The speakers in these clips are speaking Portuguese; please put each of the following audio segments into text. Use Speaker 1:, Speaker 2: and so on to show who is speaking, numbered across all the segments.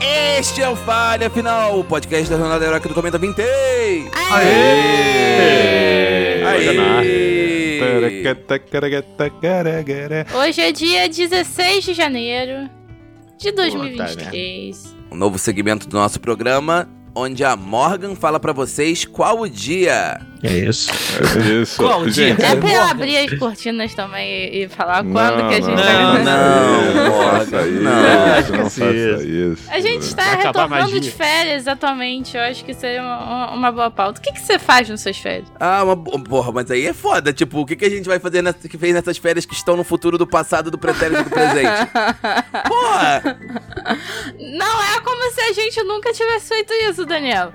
Speaker 1: Este é o Falha Final, o podcast da Jornada Heróica do Comenta Vintei.
Speaker 2: Aê!
Speaker 1: Aê!
Speaker 3: Hoje é dia 16 de janeiro de 2023.
Speaker 1: Um novo segmento do nosso programa, onde a Morgan fala pra vocês qual o dia.
Speaker 4: É isso.
Speaker 2: Isso.
Speaker 5: Qual dia?
Speaker 2: Gente,
Speaker 3: É pra eu
Speaker 5: Morgan.
Speaker 3: abrir as cortinas também e, e falar
Speaker 2: Não,
Speaker 3: quando que a gente
Speaker 2: não,
Speaker 3: tá
Speaker 5: não,
Speaker 3: gravando.
Speaker 1: não,
Speaker 2: não faça
Speaker 1: Morgan,
Speaker 2: isso,
Speaker 1: não.
Speaker 2: não faça
Speaker 4: Esquece
Speaker 2: isso.
Speaker 3: A gente tá- está
Speaker 5: Vai acabar a
Speaker 3: retornando
Speaker 5: magia.
Speaker 3: de férias atualmente. Eu acho que seria uma, uma boa pauta. O que, que você faz nas suas férias?
Speaker 1: Ah, uma bo- porra, mas aí é foda. Tipo, o que, que a gente vai fazer nessa, que fez nessas férias que estão no futuro do passado, do pretérito e do presente? Porra!
Speaker 3: não é como se a gente nunca tivesse feito isso, Daniel.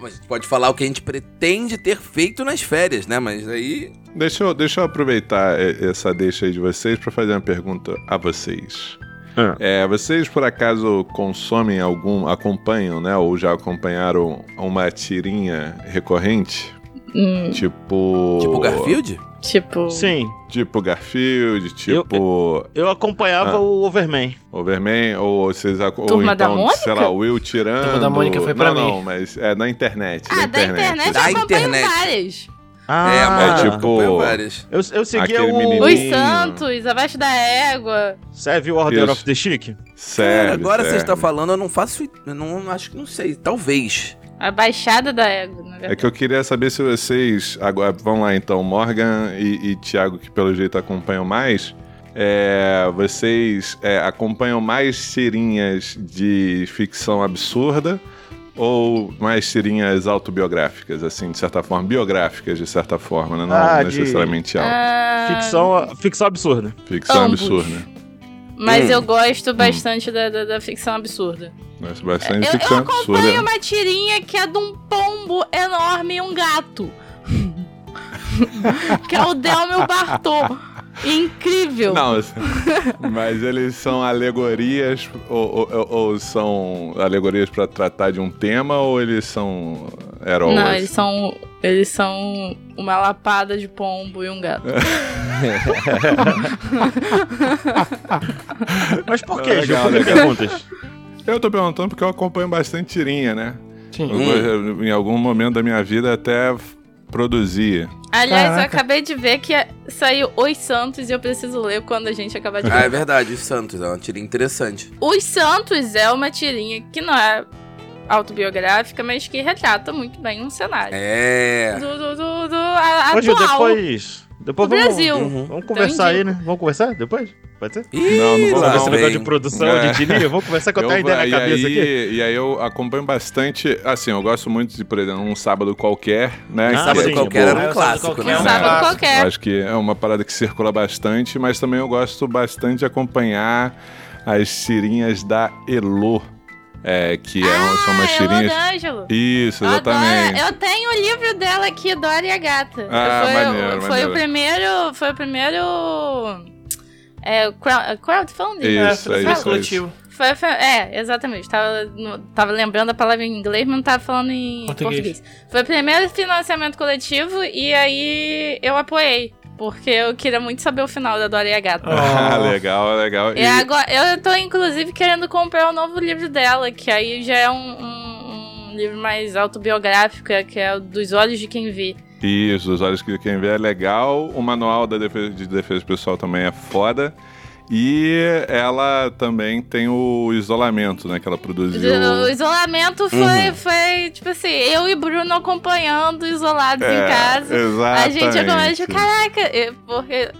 Speaker 1: Mas a gente pode falar o que a gente pretende ter feito nas férias, né? Mas aí.
Speaker 2: Deixa eu, deixa eu aproveitar eh, essa deixa aí de vocês para fazer uma pergunta a vocês.
Speaker 4: Ah.
Speaker 2: É, vocês por acaso consomem algum, acompanham, né? Ou já acompanharam uma tirinha recorrente?
Speaker 3: Hum,
Speaker 2: Tipo.
Speaker 1: Tipo Garfield?
Speaker 3: tipo.
Speaker 5: Sim,
Speaker 2: Tipo Garfield, tipo
Speaker 5: eu acompanhava
Speaker 2: Ah.
Speaker 5: o Overman.
Speaker 2: Overman, ou vocês ac- ou
Speaker 3: Turma da
Speaker 2: então,
Speaker 3: Mônica?
Speaker 2: sei lá, Will tirando.
Speaker 4: Turma da Mônica foi pra
Speaker 2: não,
Speaker 4: mim.
Speaker 2: Não, mas é na internet. assim.
Speaker 3: Ah,
Speaker 2: na
Speaker 3: da internet
Speaker 1: Da
Speaker 3: eu acompanho
Speaker 1: internet.
Speaker 3: várias.
Speaker 5: Ah,
Speaker 1: é, mas
Speaker 2: é,
Speaker 1: tipo.
Speaker 2: tipo,
Speaker 1: várias.
Speaker 5: eu, eu seguia
Speaker 2: aquele
Speaker 5: o...
Speaker 2: menininho.
Speaker 3: Os
Speaker 2: Sim.
Speaker 3: Santos, abaixo da égua.
Speaker 5: Serve o Order
Speaker 2: Isso.
Speaker 5: of the Chic?
Speaker 2: Sério.
Speaker 1: agora
Speaker 2: sério.
Speaker 1: você está falando, eu não faço. Eu não acho que não sei. Talvez.
Speaker 3: A baixada da égua, na
Speaker 2: É
Speaker 3: verdade.
Speaker 2: que eu queria saber se vocês. Agora, vamos lá então, Morgan e, e Thiago, que pelo jeito acompanham mais. é, vocês é, acompanham mais tirinhas de ficção absurda ou mais tirinhas autobiográficas, assim, de certa forma? Biográficas, de certa forma, né? Não
Speaker 5: Ah, de-
Speaker 2: necessariamente auto.
Speaker 3: Ah,
Speaker 5: Ficção, ficção absurda.
Speaker 2: Ficção
Speaker 3: ambos.
Speaker 2: absurda.
Speaker 3: Mas
Speaker 1: Hum.
Speaker 3: eu gosto bastante da, da- da ficção absurda.
Speaker 2: Mas bastante
Speaker 3: Eu, eu
Speaker 2: ficção absurda.
Speaker 3: acompanho uma tirinha que é de um pombo enorme e um gato. que é o Delmio Bartô. Incrível.
Speaker 2: Não, mas eles são alegorias ou, ou- ou são alegorias pra tratar de um tema ou eles são heróis?
Speaker 3: Não, eles são. Eles são uma lapada de pombo e um gato.
Speaker 1: É.
Speaker 5: Mas por
Speaker 2: Ah,
Speaker 5: quê, Gil?
Speaker 2: legal,
Speaker 5: Por que
Speaker 2: legal.
Speaker 5: perguntas?
Speaker 2: Eu tô perguntando porque eu acompanho bastante tirinha, né? Eu,
Speaker 4: Sim.
Speaker 1: Hum.
Speaker 2: Em algum momento da minha vida até produzia.
Speaker 3: Aliás, eu
Speaker 4: Caraca.
Speaker 3: acabei de ver que saiu Os Santos e eu preciso ler quando a gente acabar de
Speaker 1: Ah, é
Speaker 3: ver.
Speaker 1: verdade, os Santos, é uma tirinha interessante.
Speaker 3: Os Santos é uma tirinha que não é autobiográfica, mas que retrata muito bem um cenário.
Speaker 1: É.
Speaker 3: Do, do, do, do a,
Speaker 5: Ô, Gil,
Speaker 3: atual
Speaker 5: depois... Depois
Speaker 3: do
Speaker 5: vamos,
Speaker 3: Brasil.
Speaker 1: Uhum.
Speaker 5: vamos conversar aí,
Speaker 3: Entendi.
Speaker 5: né? Vamos conversar depois? Pode ser?
Speaker 1: Ih,
Speaker 2: Não, não vou
Speaker 1: lá
Speaker 2: falar
Speaker 5: Esse negócio
Speaker 1: vem.
Speaker 5: de produção,
Speaker 2: É.
Speaker 5: de tirinha, vamos conversar que eu tenho uma
Speaker 2: Eu-
Speaker 5: ideia na
Speaker 2: e
Speaker 5: cabeça
Speaker 2: aí,
Speaker 5: aqui.
Speaker 2: E aí eu acompanho bastante, assim, eu gosto muito de, por exemplo, um sábado qualquer, né?
Speaker 5: Ah,
Speaker 2: Que
Speaker 1: Sábado
Speaker 5: sim,
Speaker 1: qualquer
Speaker 5: boa.
Speaker 1: era um
Speaker 4: É, sábado
Speaker 1: clássico,
Speaker 4: qualquer
Speaker 1: né?
Speaker 3: Um
Speaker 4: É um
Speaker 3: sábado
Speaker 4: clássico.
Speaker 2: Eu
Speaker 3: qualquer.
Speaker 2: Acho que é uma parada que circula bastante, mas também eu gosto bastante de acompanhar as tirinhas da Elo, é, que é, são umas
Speaker 3: ah, é
Speaker 2: tirinhas.
Speaker 3: Ângelo.
Speaker 2: Isso,
Speaker 3: Eu
Speaker 2: exatamente.
Speaker 3: adoro- eu tenho o livro dela aqui, Dora e a Gata.
Speaker 2: Ah,
Speaker 3: foi,
Speaker 2: maneiro,
Speaker 3: foi
Speaker 2: maneiro.
Speaker 3: o primeiro. Foi o primeiro. É, crowd- crowdfunding?
Speaker 2: Isso, é isso, é isso.
Speaker 4: coletivo.
Speaker 3: Foi- foi- é, exatamente. Tava, no- tava lembrando a palavra em inglês, mas não tava falando em português.
Speaker 4: Português.
Speaker 3: Foi o primeiro financiamento coletivo e aí eu apoiei. Porque eu queria muito saber o final da Dora e a Gata.
Speaker 2: Ah, legal, legal.
Speaker 3: E agora, eu tô inclusive querendo comprar o novo livro dela, que aí já é um, um- um livro mais autobiográfico, é- que é o Dos Olhos de Quem Vi.
Speaker 2: Isso, os olhos que quem vê é legal. O manual da defesa, de defesa pessoal também é foda. E ela também tem o isolamento, né? Que ela produziu.
Speaker 3: O isolamento foi, foi, tipo assim, eu e Bruno acompanhando, isolados em casa. A
Speaker 2: É, Exatamente.
Speaker 3: gente acompanha, caraca, é, porque...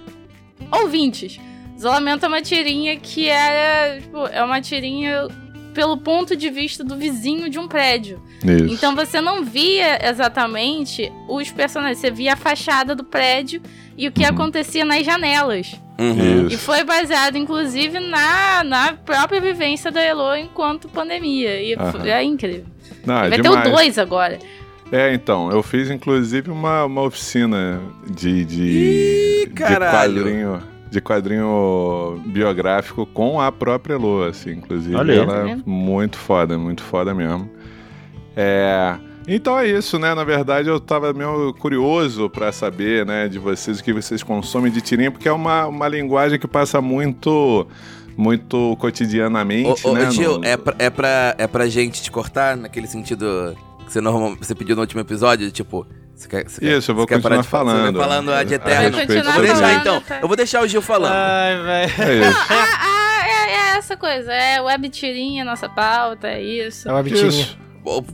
Speaker 3: Ouvintes, isolamento é uma tirinha que era, tipo, é uma tirinha pelo ponto de vista do vizinho de um prédio.
Speaker 2: Isso.
Speaker 3: Então você não via exatamente os personagens, você via a fachada do prédio e o que
Speaker 2: Uhum.
Speaker 3: acontecia nas janelas.
Speaker 1: Uhum.
Speaker 2: Isso.
Speaker 3: E foi baseado, inclusive, na, na própria vivência da Elo enquanto pandemia. E
Speaker 2: Aham.
Speaker 3: foi- é incrível.
Speaker 2: Não, é
Speaker 3: Vai
Speaker 2: demais.
Speaker 3: ter o 2 agora.
Speaker 2: É, então, eu fiz inclusive uma, uma oficina de,
Speaker 1: Ih,
Speaker 2: de, de
Speaker 1: caralho.
Speaker 2: quadrinho de quadrinho biográfico com a própria Lua, assim, inclusive.
Speaker 5: Olha aí.
Speaker 2: ela
Speaker 3: Tá
Speaker 2: é
Speaker 3: vendo?
Speaker 2: muito foda, muito foda mesmo. É, Então é isso, né? Na verdade, eu tava meio curioso pra saber, né, de vocês, o que vocês consomem de tirinha, porque é uma, uma linguagem que passa muito muito
Speaker 1: Ô,
Speaker 2: cotidianamente,
Speaker 1: ô,
Speaker 2: né?
Speaker 1: ô, tio,
Speaker 2: no-
Speaker 1: é, pra, é, pra, é pra gente te cortar naquele sentido que você, normal, você pediu no último episódio, tipo. Você quer, você quer,
Speaker 2: Isso, eu vou
Speaker 1: você quer
Speaker 2: continuar
Speaker 1: parar de falar-
Speaker 2: falando. É, Ah,
Speaker 1: Você vai falando ad
Speaker 3: Vai
Speaker 1: eterno.
Speaker 2: Vai
Speaker 3: continuar
Speaker 1: Vou deixar
Speaker 3: falando,
Speaker 1: então.
Speaker 3: tá?
Speaker 1: Eu vou deixar o Gil falando.
Speaker 4: Ai, velho.
Speaker 2: É isso.
Speaker 3: Ah, ah, é, é essa coisa. É web tirinha, nossa pauta, é isso.
Speaker 4: É uma
Speaker 2: Isso.
Speaker 4: bitirinha.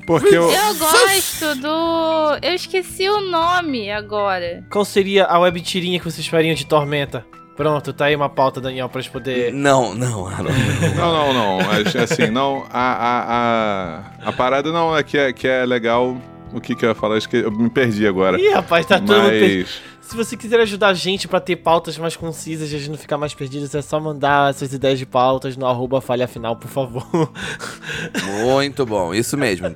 Speaker 2: Porque eu-
Speaker 3: Eu gosto do. Eu esqueci o nome agora.
Speaker 4: Qual seria a web tirinha que vocês fariam de Tormenta? Pronto, tá aí uma pauta, Daniel, pra gente poder...
Speaker 1: Não, não, Alan.
Speaker 2: Não, não, não. Acho- Assim, não. A, a, a, a parada não é que, é que é legal. O que que eu ia falar? Acho que eu me perdi agora.
Speaker 4: Ih, rapaz, tá todo...
Speaker 2: Mas.
Speaker 4: Se você quiser ajudar a gente pra ter pautas mais concisas e a gente não ficar mais perdido, é só mandar essas ideias de pautas no arroba falha final, por favor.
Speaker 1: Muito bom, isso mesmo.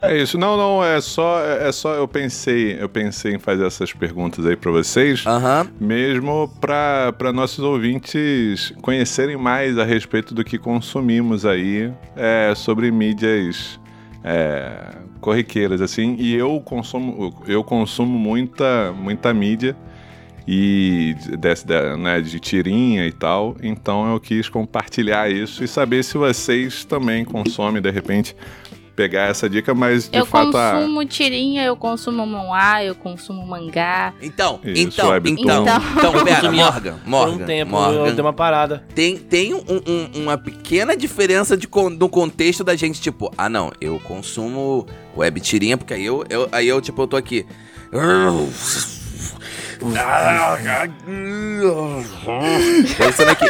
Speaker 2: É isso. Não, não, é só, é é só eu pensei, eu pensei em fazer essas perguntas aí pra vocês,
Speaker 1: Aham.
Speaker 2: mesmo pra pra nossos ouvintes conhecerem mais a respeito do que consumimos aí é, sobre mídias é, corriqueiras assim. E eu consumo, eu consumo muita, muita mídia e dessa, da- né, de tirinha e tal. Então eu quis compartilhar isso e saber se vocês também consomem de repente. Pegar essa dica, mas de
Speaker 3: eu
Speaker 2: fato a-
Speaker 3: consumo tirinha, eu consumo manhá, eu consumo mangá.
Speaker 1: Então,
Speaker 2: Isso,
Speaker 1: então,
Speaker 2: webtoon.
Speaker 1: então,
Speaker 3: Então.
Speaker 1: então, pera,
Speaker 4: Consumia
Speaker 1: Morgan,
Speaker 4: Por
Speaker 1: Morgan,
Speaker 4: um tempo, eu dei
Speaker 1: Morgan.
Speaker 4: uma parada.
Speaker 1: Tem, tem um- um- uma pequena diferença de, con- no contexto da gente, tipo, ah não, eu consumo web tirinha, porque aí eu, eu- aí eu tipo, eu tô aqui. Pensando aqui.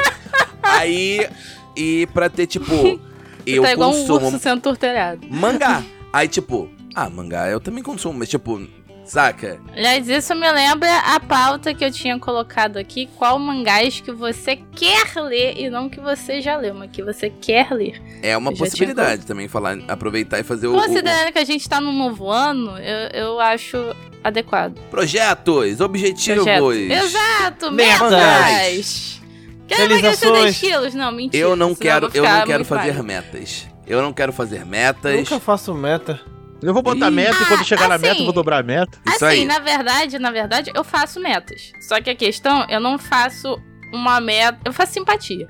Speaker 1: Aí, e pra ter, tipo, eu
Speaker 3: tá igual um
Speaker 1: consumo
Speaker 3: urso sendo torturado.
Speaker 1: mangá. Aí, tipo, ah, mangá eu também consumo, mas tipo, saca?
Speaker 3: Aliás, isso me lembra a pauta que eu tinha colocado aqui. Qual mangás que você quer ler e não que você já leu, mas que você quer ler.
Speaker 1: É uma
Speaker 3: Eu já tinha
Speaker 1: possibilidade também falar, aproveitar e fazer o, o-
Speaker 3: Considerando que a gente tá num novo ano, eu, eu acho adequado.
Speaker 1: Projetos, objetivos.
Speaker 3: Projeto. Exato,
Speaker 4: Metas.
Speaker 3: metas! Quero emagrecer 10
Speaker 4: Realizações.
Speaker 3: quilos. Não, mentira.
Speaker 1: Eu não
Speaker 3: senão
Speaker 1: quero,
Speaker 3: vou
Speaker 1: eu
Speaker 3: ficar
Speaker 1: não quero
Speaker 3: muito
Speaker 1: fazer
Speaker 3: magra.
Speaker 1: metas. Eu não quero fazer metas.
Speaker 4: Nunca faço meta.
Speaker 5: Eu vou botar
Speaker 1: Ih.
Speaker 5: meta e quando chegar na meta
Speaker 3: assim.
Speaker 5: eu vou dobrar a meta.
Speaker 1: Isso
Speaker 3: assim,
Speaker 1: aí.
Speaker 3: na verdade, na verdade, eu faço metas. Só que a questão, eu não faço uma meta. Eu faço simpatia.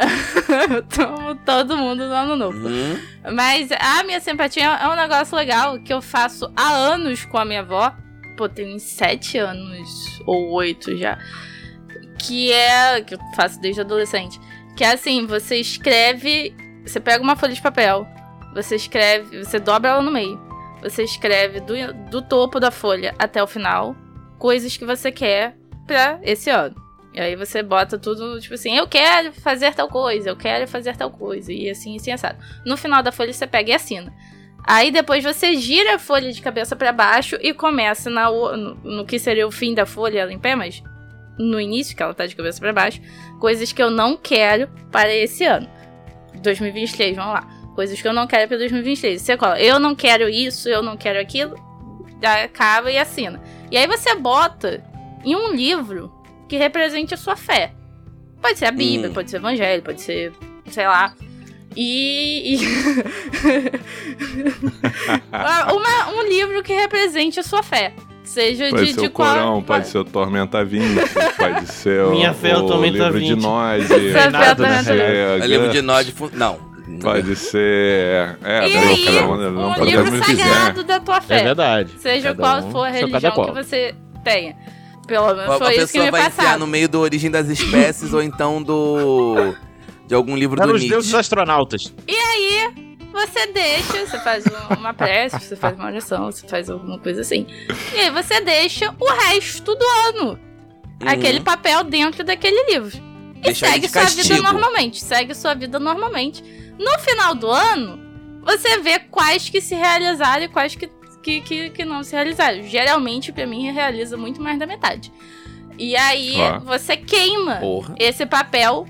Speaker 3: Eu tomo todo mundo no ano novo.
Speaker 1: Hum,
Speaker 3: Mas a minha simpatia é um negócio legal que eu faço há anos com a minha avó. Pô, tem uns sete anos ou oito já. Que é. que eu faço desde adolescente. Que é assim, você escreve. Você pega uma folha de papel, você escreve. Você dobra ela no meio. Você escreve do, do topo da folha até o final coisas que você quer pra esse ano. E aí você bota tudo, tipo assim, eu quero fazer tal coisa, eu quero fazer tal coisa. E assim, assim, assado. No final da folha você pega e assina. Aí depois você gira a folha de cabeça pra baixo e começa na, o- no, no que seria o fim da folha, ela em pé, mas no início, que ela tá de cabeça pra baixo, coisas que eu não quero para esse ano. 2023, vamos lá. Coisas que eu não quero para 2023. Você cola, eu não quero isso, eu não quero aquilo, dá- acaba e assina. E aí você bota em um livro que represente a sua fé. Pode ser a Bíblia,
Speaker 1: Hum.
Speaker 3: pode ser o Evangelho, pode ser, sei lá. E. e- Uma- um livro que represente a sua fé. Seja
Speaker 2: Pode
Speaker 3: de,
Speaker 2: ser
Speaker 3: de
Speaker 2: o
Speaker 3: qual.
Speaker 2: Corão, pode ser o Tormenta 20, pode ser o,
Speaker 4: Minha fé é o
Speaker 2: o
Speaker 4: Tormenta
Speaker 2: livro
Speaker 4: 20.
Speaker 2: de nós.
Speaker 3: Essa
Speaker 4: Nada,
Speaker 3: fé
Speaker 4: né?
Speaker 3: também-
Speaker 1: é
Speaker 2: É,
Speaker 1: livro de nós de fun... Não.
Speaker 2: Pode ser. É,
Speaker 3: E
Speaker 2: não,
Speaker 3: aí,
Speaker 2: cada um, não,
Speaker 3: um
Speaker 2: cada
Speaker 3: livro
Speaker 2: um
Speaker 3: sagrado da tua
Speaker 5: É,
Speaker 3: fé.
Speaker 5: verdade.
Speaker 3: seja
Speaker 5: Cada
Speaker 3: qual
Speaker 5: um
Speaker 3: for a
Speaker 5: seu
Speaker 3: religião
Speaker 5: cada
Speaker 3: que
Speaker 5: qual.
Speaker 3: você tenha. Pelo menos
Speaker 1: A, a
Speaker 3: foi isso que
Speaker 1: pessoa
Speaker 3: me
Speaker 1: vai enfiar
Speaker 3: passaram.
Speaker 1: no meio do Origem das Espécies ou então do. De algum livro
Speaker 5: Era
Speaker 1: do
Speaker 5: os deuses
Speaker 1: Nietzsche.
Speaker 5: astronautas.
Speaker 3: Você deixa, você faz um- uma prece, você faz uma oração, você faz alguma coisa assim. E aí você deixa o resto do
Speaker 1: Uhum.
Speaker 3: aquele papel dentro daquele livro. E
Speaker 1: Deixa ele
Speaker 3: segue
Speaker 1: de
Speaker 3: sua vida
Speaker 1: castigo.
Speaker 3: normalmente. Segue sua vida normalmente. No final do ano, você vê quais que se realizaram e quais que, que, que, que não se realizaram. Geralmente, pra mim, realiza muito mais da metade. E aí,
Speaker 2: Ó.
Speaker 3: você queima
Speaker 1: Porra.
Speaker 3: esse papel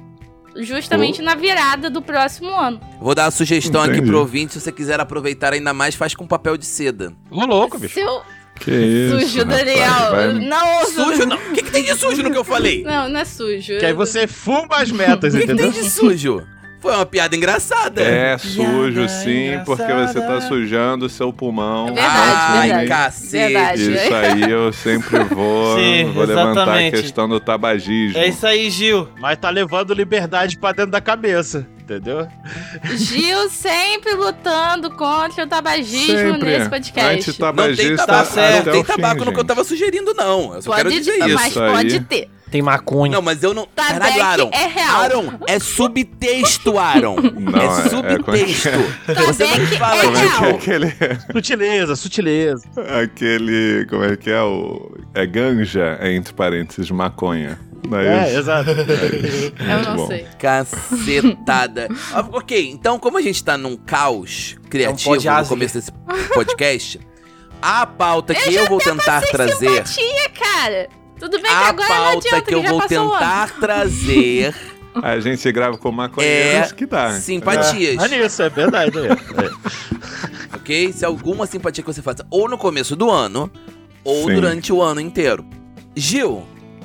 Speaker 3: justamente na virada do próximo ano.
Speaker 1: Vou dar uma sugestão aqui
Speaker 2: Entendi.
Speaker 1: pro ouvinte, se você quiser aproveitar ainda mais, faz com papel de seda.
Speaker 5: Ô, louco, bicho.
Speaker 3: Seu
Speaker 2: Que isso.
Speaker 3: sujo,
Speaker 2: rapaz,
Speaker 3: Daniel.
Speaker 2: vai-
Speaker 3: Não ouça.
Speaker 1: Sujo não. O que, que tem de sujo no que eu falei?
Speaker 3: Não, não é sujo.
Speaker 5: Que aí você fuma as metas,
Speaker 1: O que, que tem
Speaker 5: entendeu?
Speaker 1: de sujo? Foi uma piada engraçada.
Speaker 2: É sujo, sim,
Speaker 4: engraçada.
Speaker 2: porque você tá sujando o seu pulmão.
Speaker 3: É verdade,
Speaker 2: Não
Speaker 1: Ai,
Speaker 3: verdade.
Speaker 1: cacete.
Speaker 3: Verdade.
Speaker 2: Isso aí eu sempre vou,
Speaker 4: Sim,
Speaker 2: vou levantar a
Speaker 4: exatamente.
Speaker 2: questão do tabagismo.
Speaker 4: É isso aí, Gil.
Speaker 5: Mas tá levando liberdade pra dentro da cabeça, entendeu?
Speaker 3: Gil sempre lutando contra o tabagismo
Speaker 2: Sempre.
Speaker 3: nesse podcast.
Speaker 1: Não tem
Speaker 2: Antitabagista
Speaker 4: Tá
Speaker 1: tabaco,
Speaker 4: certo.
Speaker 1: não
Speaker 2: até
Speaker 1: tem
Speaker 2: o fim,
Speaker 1: tabaco no que eu
Speaker 2: gente.
Speaker 1: tava sugerindo, não. Eu só quero
Speaker 3: Pode
Speaker 1: dizer
Speaker 3: ter,
Speaker 1: isso.
Speaker 3: mas
Speaker 2: Isso aí.
Speaker 3: pode ter.
Speaker 4: Tem maconha.
Speaker 1: Não, mas eu não.
Speaker 3: Tá
Speaker 1: Caralho,
Speaker 3: back,
Speaker 1: Aaron.
Speaker 3: é real.
Speaker 1: Aaron, é subtexto, Aaron.
Speaker 2: Não, é-
Speaker 1: é
Speaker 2: é
Speaker 1: subtexto.
Speaker 3: Tá
Speaker 1: Você não
Speaker 3: back,
Speaker 1: fala
Speaker 3: é
Speaker 2: Como é que é
Speaker 3: real.
Speaker 2: aquele...
Speaker 5: Sutileza, sutileza.
Speaker 2: Aquele. Como é que é o. É ganja, entre parênteses, maconha. Não é,
Speaker 5: É,
Speaker 2: isso?
Speaker 5: exato.
Speaker 3: Eu não
Speaker 2: Muito bom.
Speaker 3: sei.
Speaker 1: é Cacetada. Ah, ok, então como a gente tá num caos criativo
Speaker 4: pode
Speaker 1: no
Speaker 4: asga.
Speaker 1: começo desse podcast, a pauta que eu vou tentar trazer.
Speaker 3: Simpatia, cara. Tudo bem que
Speaker 1: A
Speaker 3: agora não
Speaker 1: pauta
Speaker 3: adianta,
Speaker 1: que eu
Speaker 3: já
Speaker 1: vou
Speaker 3: passou o ano.
Speaker 1: tentar trazer
Speaker 2: A gente grava com maconheiros
Speaker 1: É,
Speaker 2: que dá.
Speaker 1: simpatias,
Speaker 5: É nisso, é verdade. É. É.
Speaker 1: ok? Se alguma simpatia que você faça ou no começo do ano, ou
Speaker 2: Sim.
Speaker 1: durante o ano inteiro. Gil,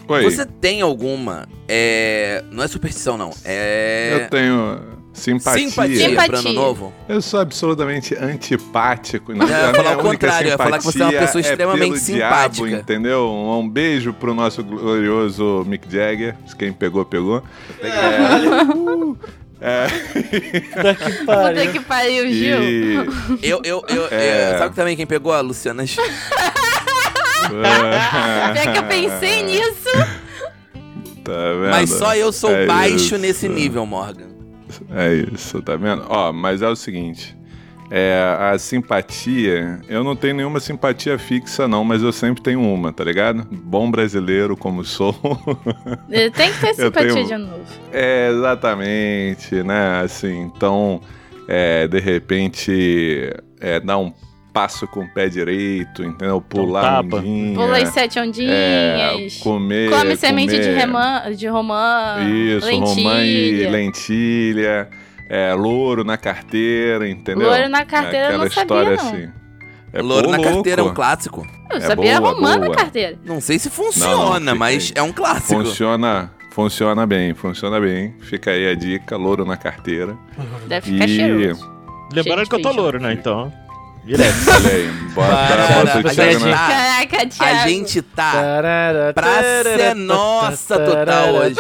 Speaker 2: É. Oi,
Speaker 1: você tem alguma. É... Não é superstição, não.
Speaker 2: eu
Speaker 1: É.
Speaker 2: tenho simpatia.
Speaker 1: Simpatia pra ano
Speaker 3: Simpatia.
Speaker 1: novo?
Speaker 2: Eu sou absolutamente antipático. né?
Speaker 1: Não, eu ia
Speaker 2: A
Speaker 1: falar
Speaker 2: minha
Speaker 1: o
Speaker 2: única
Speaker 1: contrário, eu ia falar que você é uma
Speaker 2: simpatia
Speaker 1: pessoa extremamente
Speaker 2: pelo
Speaker 1: simpática.
Speaker 2: Diabo, entendeu? Um, um beijo pro nosso glorioso Mick Jagger. Quem pegou, pegou. É, uh, é,
Speaker 4: Puta que
Speaker 3: Puta
Speaker 4: pariu.
Speaker 3: que pariu, Gil.
Speaker 2: e,
Speaker 1: Eu, eu, eu,
Speaker 2: É.
Speaker 1: eu- Sabe também quem pegou? A Luciana.
Speaker 3: Até É que eu pensei nisso.
Speaker 2: Tá vendo?
Speaker 1: Mas só eu sou
Speaker 2: É
Speaker 1: baixo
Speaker 2: isso.
Speaker 1: nesse nível, Morgan.
Speaker 2: É isso, tá vendo? Ó, mas é o seguinte. É, a simpatia, eu não tenho nenhuma simpatia fixa, não, mas eu sempre tenho uma, tá ligado? Bom brasileiro como sou.
Speaker 3: Tem que ter
Speaker 2: Eu
Speaker 3: simpatia
Speaker 2: tenho-
Speaker 3: de novo.
Speaker 2: é, exatamente, né? Assim, então, é, de repente, é, dar um passo com o pé direito, entendeu? Pular
Speaker 5: tapa.
Speaker 2: ondinha,
Speaker 3: Pula as sete
Speaker 2: é,
Speaker 3: ondinhas.
Speaker 2: comer.
Speaker 3: Come semente de,
Speaker 2: comer.
Speaker 3: remã, de romã.
Speaker 2: Isso, romã e
Speaker 3: lentilha.
Speaker 2: lentilha, é, louro na carteira, entendeu? É
Speaker 3: Louro na carteira eu
Speaker 2: Aquela
Speaker 3: não sabia,
Speaker 2: história
Speaker 3: não.
Speaker 2: assim. É
Speaker 1: Louro
Speaker 2: pô,
Speaker 1: na
Speaker 2: louco.
Speaker 1: carteira é um clássico.
Speaker 3: Eu
Speaker 2: É
Speaker 3: sabia
Speaker 2: boa,
Speaker 3: romã na
Speaker 2: boa.
Speaker 3: carteira.
Speaker 1: Não sei se funciona,
Speaker 2: Não, não, fica
Speaker 1: mas é
Speaker 2: aí.
Speaker 1: um clássico.
Speaker 2: Funciona, funciona bem, funciona bem. Fica aí a dica, louro na carteira.
Speaker 3: Deve ficar
Speaker 2: E-
Speaker 3: cheiroso.
Speaker 5: Lembrando
Speaker 3: Gente,
Speaker 5: que eu tô
Speaker 3: beijo.
Speaker 5: louro, né? Então. Direto.
Speaker 2: Olha aí, bota,
Speaker 1: Cara,
Speaker 2: bota o
Speaker 1: a
Speaker 2: Thiago
Speaker 1: gente
Speaker 2: na...
Speaker 1: tá-
Speaker 3: Caraca, Thiago.
Speaker 1: A gente tá.
Speaker 4: Tarara,
Speaker 1: Pra ser nossa total hoje.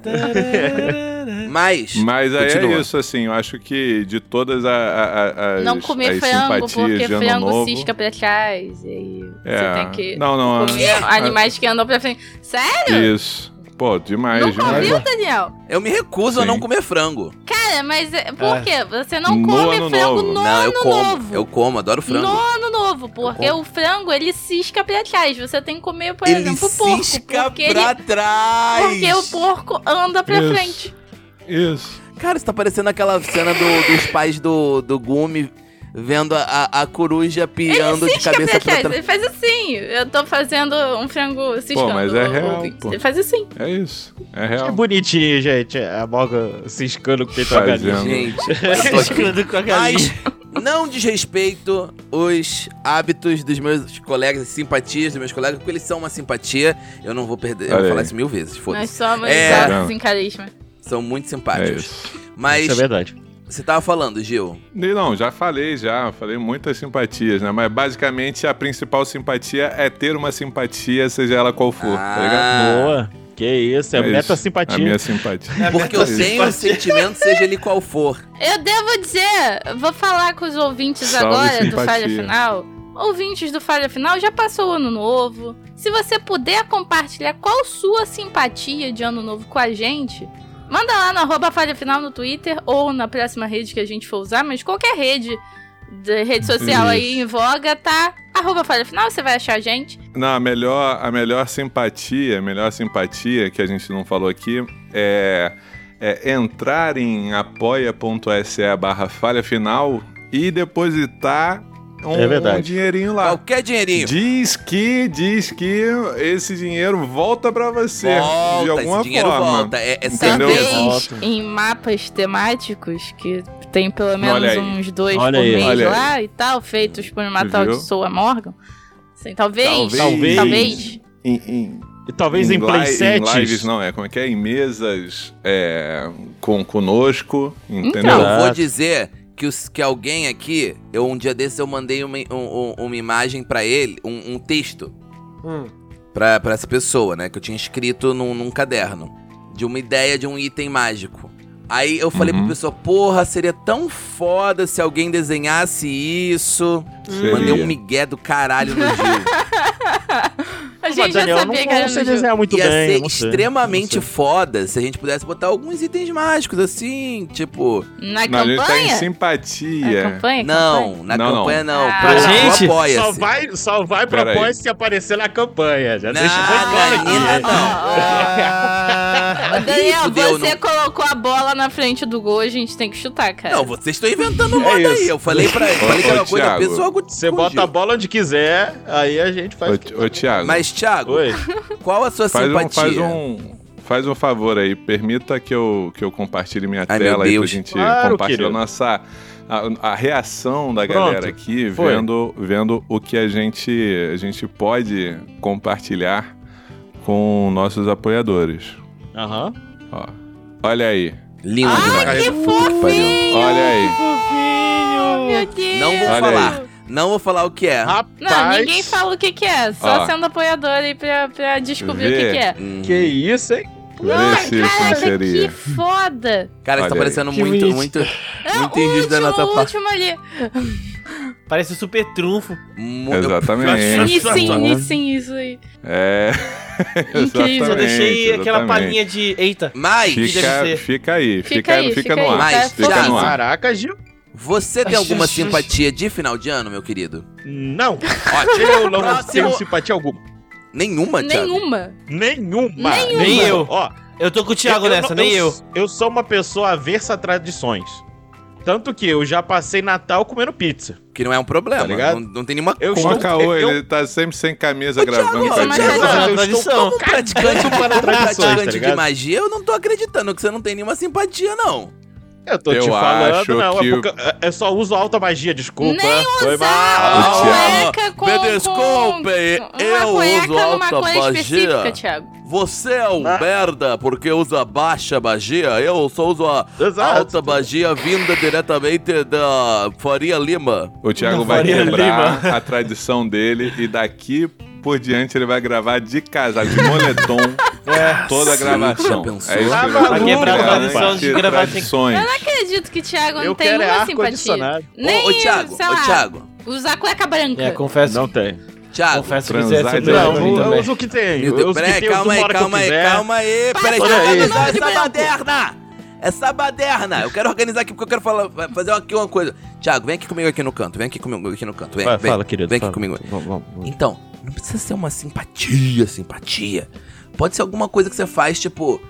Speaker 2: É.
Speaker 1: Mas.
Speaker 2: Mas aí
Speaker 1: Continua.
Speaker 2: é isso, assim, eu acho que de todas a, a, a, as,
Speaker 3: Não comer
Speaker 2: as
Speaker 3: frango,
Speaker 2: simpatias
Speaker 3: porque
Speaker 2: de ano
Speaker 3: frango
Speaker 2: novo,
Speaker 3: cisca pra trás. E aí
Speaker 2: é,
Speaker 3: você tem que
Speaker 2: Não, não, é,
Speaker 3: comer é animais que andam pra frente. Sério?
Speaker 2: isso. Pô, demais,
Speaker 3: Nunca
Speaker 2: demais.
Speaker 3: ouviu, Daniel?
Speaker 1: Eu me recuso a
Speaker 2: Sim.
Speaker 1: não comer frango.
Speaker 3: Cara, mas é- por
Speaker 4: É.
Speaker 3: quê? Você não
Speaker 2: No
Speaker 3: come
Speaker 2: ano
Speaker 3: frango
Speaker 2: novo.
Speaker 3: no
Speaker 1: não, eu
Speaker 3: ano
Speaker 1: como.
Speaker 3: novo.
Speaker 1: Eu como, adoro frango.
Speaker 3: No ano novo, porque
Speaker 1: como.
Speaker 3: o frango ele cisca pra trás. Você tem que comer, por
Speaker 1: Ele
Speaker 3: exemplo, o é porco.
Speaker 1: cisca
Speaker 3: porque,
Speaker 1: pra
Speaker 3: ele-
Speaker 1: trás.
Speaker 3: porque o porco anda pra
Speaker 2: Isso.
Speaker 3: frente.
Speaker 2: Isso.
Speaker 1: Cara, isso tá parecendo aquela cena do- dos pais do, do Gumi vendo a, a- a coruja piando de
Speaker 3: Cisca
Speaker 1: cabeça
Speaker 3: pra
Speaker 1: pra
Speaker 3: trás.
Speaker 1: trás.
Speaker 3: Ele faz assim. Eu tô fazendo um frango ciscando.
Speaker 2: mas é real,
Speaker 3: ouvinte.
Speaker 2: pô.
Speaker 3: Ele faz assim.
Speaker 2: É isso. É
Speaker 5: Que
Speaker 2: real.
Speaker 5: bonitinho, gente. A Morgan ciscando com o peito da
Speaker 2: Fazendo.
Speaker 5: galinha.
Speaker 1: Gente,
Speaker 4: Escando com a
Speaker 1: mas
Speaker 4: galinha.
Speaker 1: não desrespeito os hábitos dos meus colegas, as simpatias dos meus colegas, porque eles são uma simpatia. Eu não vou perder, eu
Speaker 2: Olha
Speaker 1: vou
Speaker 2: aí.
Speaker 1: falar isso mil vezes,
Speaker 3: Nós
Speaker 1: foda-se.
Speaker 3: somos
Speaker 1: É.
Speaker 3: é. em carisma.
Speaker 1: São muito
Speaker 2: É
Speaker 1: simpáticos.
Speaker 2: isso.
Speaker 1: Mas
Speaker 5: Isso é verdade.
Speaker 1: você tava falando, Gil.
Speaker 2: E Não, já falei, já. Falei muitas simpatias, né? Mas basicamente a principal simpatia é ter uma simpatia, seja ela qual for, tá ligado?
Speaker 3: ah,
Speaker 5: Boa. Que isso, é,
Speaker 2: isso.
Speaker 5: meta
Speaker 2: A
Speaker 5: simpatia.
Speaker 2: É minha simpatia.
Speaker 1: Porque eu tenho um sentimento, seja ele qual for.
Speaker 3: Eu devo dizer, eu vou falar com os ouvintes
Speaker 2: Salve,
Speaker 3: agora do
Speaker 2: simpatia.
Speaker 3: Falha Final. Ouvintes do Falha Final, já passou o ano novo. Se você puder compartilhar qual sua simpatia de ano novo com a gente, manda lá no arroba Falha Final no Twitter ou na próxima rede que a gente for usar, mas qualquer rede de rede social aí
Speaker 2: Isso.
Speaker 3: em voga, tá? Arroba Falha Final, você vai achar a gente.
Speaker 2: Não, a melhor, a melhor simpatia, a melhor simpatia que a gente não falou aqui é, é entrar em apoia.se barra falha final e depositar um,
Speaker 5: É verdade.
Speaker 2: um dinheirinho lá.
Speaker 1: Qualquer dinheirinho.
Speaker 2: Diz que, diz que esse dinheiro volta pra você.
Speaker 1: Volta,
Speaker 2: de alguma
Speaker 1: esse dinheiro
Speaker 2: forma.
Speaker 1: volta. É, é
Speaker 2: Entendeu?
Speaker 1: certeza.
Speaker 3: Talvez
Speaker 5: Ótimo.
Speaker 3: em mapas temáticos, que tem pelo
Speaker 2: Olha
Speaker 3: menos
Speaker 2: aí.
Speaker 3: uns dois
Speaker 5: Olha
Speaker 3: por
Speaker 5: aí.
Speaker 3: mês
Speaker 2: Olha aí.
Speaker 3: lá e tal, feitos por um uma
Speaker 2: Viu?
Speaker 3: tal de Soa Morgan. Assim, talvez,
Speaker 2: Talvez.
Speaker 3: talvez,
Speaker 5: Talvez.
Speaker 2: Em, em
Speaker 5: E talvez em,
Speaker 2: li-
Speaker 5: play
Speaker 2: Em lives,
Speaker 5: sets.
Speaker 2: não, é como é que é? Em mesas é, com, conosco, entendeu?
Speaker 1: Eu
Speaker 5: Exato.
Speaker 1: vou dizer que, os, que alguém aqui, eu um dia desse eu mandei uma, um- um- uma imagem pra ele, um, um texto
Speaker 4: Hum.
Speaker 1: pra, pra essa pessoa, né? Que eu tinha escrito num, num caderno. De uma ideia de um item mágico. Aí eu falei
Speaker 2: Uhum.
Speaker 1: pra pessoa, porra, seria tão foda se alguém desenhasse isso.
Speaker 2: Seria.
Speaker 1: Mandei um migué do caralho no Gil.
Speaker 3: A gente
Speaker 5: Mas, Daniel,
Speaker 3: já
Speaker 5: eu não
Speaker 3: sabia que
Speaker 5: não
Speaker 3: era
Speaker 5: sei
Speaker 3: no jogo.
Speaker 5: desenhar muito
Speaker 1: Ia
Speaker 5: bem. eu
Speaker 1: ser
Speaker 5: não sei,
Speaker 1: extremamente
Speaker 5: não
Speaker 1: foda se a gente pudesse botar alguns itens mágicos, assim, tipo...
Speaker 3: Na
Speaker 2: Não, a gente tá em
Speaker 3: campanha? Na
Speaker 2: simpatia.
Speaker 3: campanha? campanha?
Speaker 1: Não, na
Speaker 2: Não, não.
Speaker 1: campanha não.
Speaker 3: Ah.
Speaker 1: pro-
Speaker 4: Pra
Speaker 1: pro
Speaker 4: gente?
Speaker 5: sei. Só
Speaker 1: Apoia-se.
Speaker 5: vai, só vai pra
Speaker 2: Peraí.
Speaker 5: pós se aparecer na campanha. Já
Speaker 1: Não,
Speaker 5: deixa bem claro aqui.
Speaker 1: Danilo,
Speaker 4: Ah,
Speaker 3: Daniel,
Speaker 1: Ih, fudeu,
Speaker 3: você
Speaker 1: não-
Speaker 3: colocou a bola na frente do gol, a gente tem que chutar, cara.
Speaker 1: Não, vocês estão inventando moda
Speaker 2: isso.
Speaker 1: aí. Eu falei pra ele,
Speaker 2: Ô,
Speaker 1: falei que era
Speaker 2: ô,
Speaker 1: uma coisa
Speaker 2: Thiago,
Speaker 1: pessoal.
Speaker 5: Você bota a bola onde quiser, aí a gente faz.
Speaker 2: Ô, Ti- Ô, Thiago,
Speaker 1: Mas, Thiago,
Speaker 5: Oi.
Speaker 1: qual a sua
Speaker 2: faz, um,
Speaker 1: simpatia?
Speaker 2: faz, um, faz um favor aí. Permita que eu, que eu compartilhe minha
Speaker 1: Ai, meu
Speaker 2: tela aí pra
Speaker 1: Deus.
Speaker 2: gente
Speaker 5: Claro,
Speaker 2: compartilhar
Speaker 5: querido.
Speaker 2: a nossa, a, a reação da
Speaker 5: Pronto,
Speaker 2: galera aqui,
Speaker 5: foi.
Speaker 2: vendo, vendo o que a gente, a gente pode compartilhar com nossos apoiadores.
Speaker 5: Aham.
Speaker 2: Ó, olha aí,
Speaker 1: Lindo.
Speaker 3: Ai,
Speaker 1: demais.
Speaker 3: que
Speaker 1: Puta que pariu.
Speaker 2: olha aí.
Speaker 3: Meu
Speaker 4: fofinho!
Speaker 3: Oh, Deus.
Speaker 1: Não vou
Speaker 2: Olha
Speaker 1: falar. Não vou falar o que é.
Speaker 5: Rapaz.
Speaker 3: Não, ninguém fala o que que é. Só
Speaker 2: Ó.
Speaker 3: sendo apoiador aí pra, pra descobrir o
Speaker 2: Vê.
Speaker 3: que que é.
Speaker 1: Hum.
Speaker 5: Que isso, hein?
Speaker 2: Vê se
Speaker 3: Caraca,
Speaker 2: isso seria.
Speaker 3: que foda.
Speaker 1: Cara, isso tá
Speaker 2: Olha aí.
Speaker 1: parecendo
Speaker 4: Que
Speaker 1: muito,
Speaker 4: bonitinho.
Speaker 1: muito,
Speaker 3: É,
Speaker 1: muito
Speaker 3: o
Speaker 1: injusto da É.
Speaker 3: último,
Speaker 1: nossa
Speaker 3: o
Speaker 1: parte.
Speaker 3: último ali.
Speaker 4: Parece o super trunfo.
Speaker 1: Mu-
Speaker 2: Exatamente.
Speaker 3: E sim, e sim, isso aí.
Speaker 2: É.
Speaker 3: Incrível.
Speaker 4: Só deixei
Speaker 2: Exatamente,
Speaker 4: aquela
Speaker 2: exatamente.
Speaker 4: palhinha de. Eita!
Speaker 1: Mas,
Speaker 4: Que
Speaker 2: Fica,
Speaker 4: delícia.
Speaker 2: fica aí,
Speaker 3: Fica
Speaker 2: fica,
Speaker 3: aí,
Speaker 2: fica,
Speaker 3: fica
Speaker 2: no
Speaker 3: aí,
Speaker 2: ar.
Speaker 1: tá?
Speaker 2: fica
Speaker 1: Foca-
Speaker 2: no ar.
Speaker 5: Caraca, Gil.
Speaker 1: você tem alguma simpatia de final de ano, meu querido?
Speaker 5: Não.
Speaker 1: Ótimo.
Speaker 5: Eu não
Speaker 1: Próximo.
Speaker 5: tenho simpatia alguma.
Speaker 1: Nenhuma, Thiago?
Speaker 3: Nenhuma.
Speaker 5: Nenhuma.
Speaker 3: Nenhuma.
Speaker 4: Nem eu.
Speaker 5: Ó,
Speaker 4: Eu tô com o Thiago
Speaker 5: eu- eu
Speaker 4: nessa,
Speaker 5: não-
Speaker 4: nem eu.
Speaker 5: Eu sou uma pessoa aversa a tradições. Tanto que eu já passei Natal comendo pizza.
Speaker 1: Que não é um
Speaker 5: Tá
Speaker 1: problema.
Speaker 5: ligado?
Speaker 1: não, não tem nenhuma
Speaker 5: Eu
Speaker 2: Com a
Speaker 5: estou-
Speaker 2: Caô,
Speaker 5: eu-
Speaker 4: né?
Speaker 2: ele tá sempre sem camisa
Speaker 1: Ô,
Speaker 2: gravando.
Speaker 1: Thiago,
Speaker 2: tá
Speaker 1: ô,
Speaker 2: ligado?
Speaker 1: Thiago,
Speaker 4: Exato,
Speaker 5: eu estou
Speaker 4: tradição.
Speaker 1: Como um praticante,
Speaker 5: cagando para
Speaker 1: como
Speaker 5: tradições, tá
Speaker 1: praticante de
Speaker 5: ligado?
Speaker 1: magia, eu não tô acreditando que você não tem nenhuma simpatia, não.
Speaker 5: Eu tô te
Speaker 2: Eu
Speaker 5: falando,
Speaker 2: acho
Speaker 5: não.
Speaker 2: que-
Speaker 5: É porque eu- eu só uso alta magia, desculpa.
Speaker 3: Nem
Speaker 5: Foi
Speaker 3: Usar
Speaker 5: mal.
Speaker 2: o
Speaker 3: uma cueca com...
Speaker 1: Me
Speaker 3: com-
Speaker 1: desculpe,
Speaker 3: uma
Speaker 1: eu
Speaker 3: cueca
Speaker 1: uso
Speaker 3: numa
Speaker 1: alta
Speaker 3: cor específica,
Speaker 1: magia.
Speaker 3: Thiago.
Speaker 1: Você é um
Speaker 5: Ah.
Speaker 1: merda porque usa baixa magia, eu só uso a
Speaker 5: Exato.
Speaker 1: alta magia vinda diretamente da Faria Lima.
Speaker 2: O Thiago
Speaker 4: Não,
Speaker 2: vai
Speaker 4: Faria
Speaker 2: quebrar a tradição dele e daqui por diante ele vai gravar de casa, de moletom, toda a
Speaker 1: Sim,
Speaker 2: gravação. É
Speaker 1: já pensou?
Speaker 2: que
Speaker 5: Tá
Speaker 2: ele
Speaker 5: maluco,
Speaker 2: vai
Speaker 5: quebrar a
Speaker 2: criar,
Speaker 4: tradição
Speaker 2: vai
Speaker 4: de
Speaker 2: ter
Speaker 4: gravar sem-
Speaker 2: tradições.
Speaker 3: Acredito que Thiago não
Speaker 5: Eu
Speaker 3: tem
Speaker 5: quero é
Speaker 3: nenhuma
Speaker 5: ar
Speaker 3: simpatia.
Speaker 5: condicionado.
Speaker 3: Nem,
Speaker 1: ô, ô, Thiago,
Speaker 3: sei
Speaker 1: ô,
Speaker 3: lá,
Speaker 1: Thiago,
Speaker 3: usar cueca branca.
Speaker 4: É, confesso.
Speaker 5: Não tem.
Speaker 1: Thiago.
Speaker 4: confesso que
Speaker 2: transar
Speaker 4: isso é
Speaker 2: de
Speaker 4: super
Speaker 5: Não,
Speaker 2: Não,
Speaker 4: pra
Speaker 5: eu,
Speaker 4: mim
Speaker 5: eu
Speaker 4: também.
Speaker 5: uso o que tem.
Speaker 1: Meu
Speaker 5: Eu
Speaker 1: Deus,
Speaker 5: uso o que
Speaker 1: peraí,
Speaker 5: tem, eu uso
Speaker 1: calma
Speaker 5: na
Speaker 1: aí,
Speaker 5: hora que eu
Speaker 1: calma aí,
Speaker 5: quiser.
Speaker 1: calma aí. Peraí,
Speaker 5: Olha
Speaker 1: deixa eu
Speaker 5: aí.
Speaker 1: organizar essa
Speaker 3: Branco.
Speaker 1: baderna. Essa baderna. Eu quero organizar aqui porque eu quero falar, fazer aqui uma coisa. Thiago, vem aqui comigo aqui no canto, vem aqui comigo aqui no canto. Vem,
Speaker 5: Vai,
Speaker 1: vem,
Speaker 5: fala, querido.
Speaker 1: Vem aqui
Speaker 5: fala.
Speaker 1: comigo.
Speaker 5: Vamos, vamos, vamos.
Speaker 1: Então, não precisa ser uma simpatia, simpatia. Pode ser alguma coisa que você faz, tipo,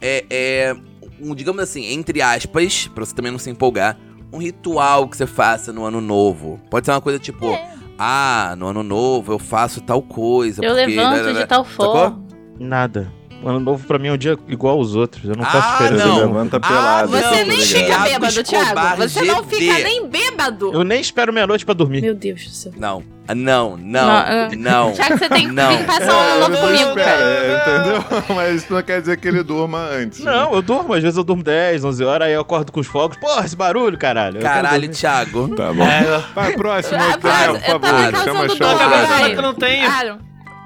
Speaker 1: é, é, um, digamos assim, entre aspas, pra você também não se empolgar, um ritual que você faça no ano novo. Pode ser uma coisa tipo,
Speaker 3: É.
Speaker 1: ah, no ano novo eu faço tal coisa.
Speaker 3: Eu
Speaker 1: porque-
Speaker 3: levanto de tal forma.
Speaker 5: Nada. O ano novo pra mim é um dia igual aos outros. Eu não faço
Speaker 1: Ah,
Speaker 5: diferença.
Speaker 1: não.
Speaker 5: nenhuma.
Speaker 2: Levanta
Speaker 1: Ah,
Speaker 2: pelado.
Speaker 1: você
Speaker 2: tá
Speaker 1: Não,
Speaker 3: Você nem
Speaker 2: ligado?
Speaker 3: chega
Speaker 1: Thiago
Speaker 3: bêbado,
Speaker 1: Escobar
Speaker 3: Thiago. Você não
Speaker 1: GD.
Speaker 3: fica nem bêbado.
Speaker 5: Eu nem espero meia-noite pra dormir.
Speaker 3: Meu Deus do céu.
Speaker 1: Não, ah, não, não,
Speaker 3: Não,
Speaker 1: não.
Speaker 3: Thiago, você tem que
Speaker 1: Não.
Speaker 3: vir passar um ano
Speaker 2: Eu
Speaker 3: novo
Speaker 2: É, não
Speaker 3: comigo,
Speaker 2: espero,
Speaker 3: cara.
Speaker 2: é, entendeu? Mas isso não quer dizer que ele durma antes. né?
Speaker 5: Não, eu durmo. Às vezes eu durmo 10, 11 horas, aí eu acordo com os fogos. Porra, esse barulho, caralho. Eu quero
Speaker 1: Caralho,
Speaker 5: dormir.
Speaker 1: Thiago.
Speaker 2: Tá bom.
Speaker 4: É, eu-
Speaker 2: Vai, próximo,
Speaker 3: Ah,
Speaker 2: Otávio,
Speaker 1: eu tava
Speaker 2: por favor.
Speaker 3: causando
Speaker 2: Chama
Speaker 3: dor,
Speaker 2: show.
Speaker 4: Eu acabei de falar
Speaker 3: Vai.
Speaker 4: que eu não tenho.
Speaker 3: Claro.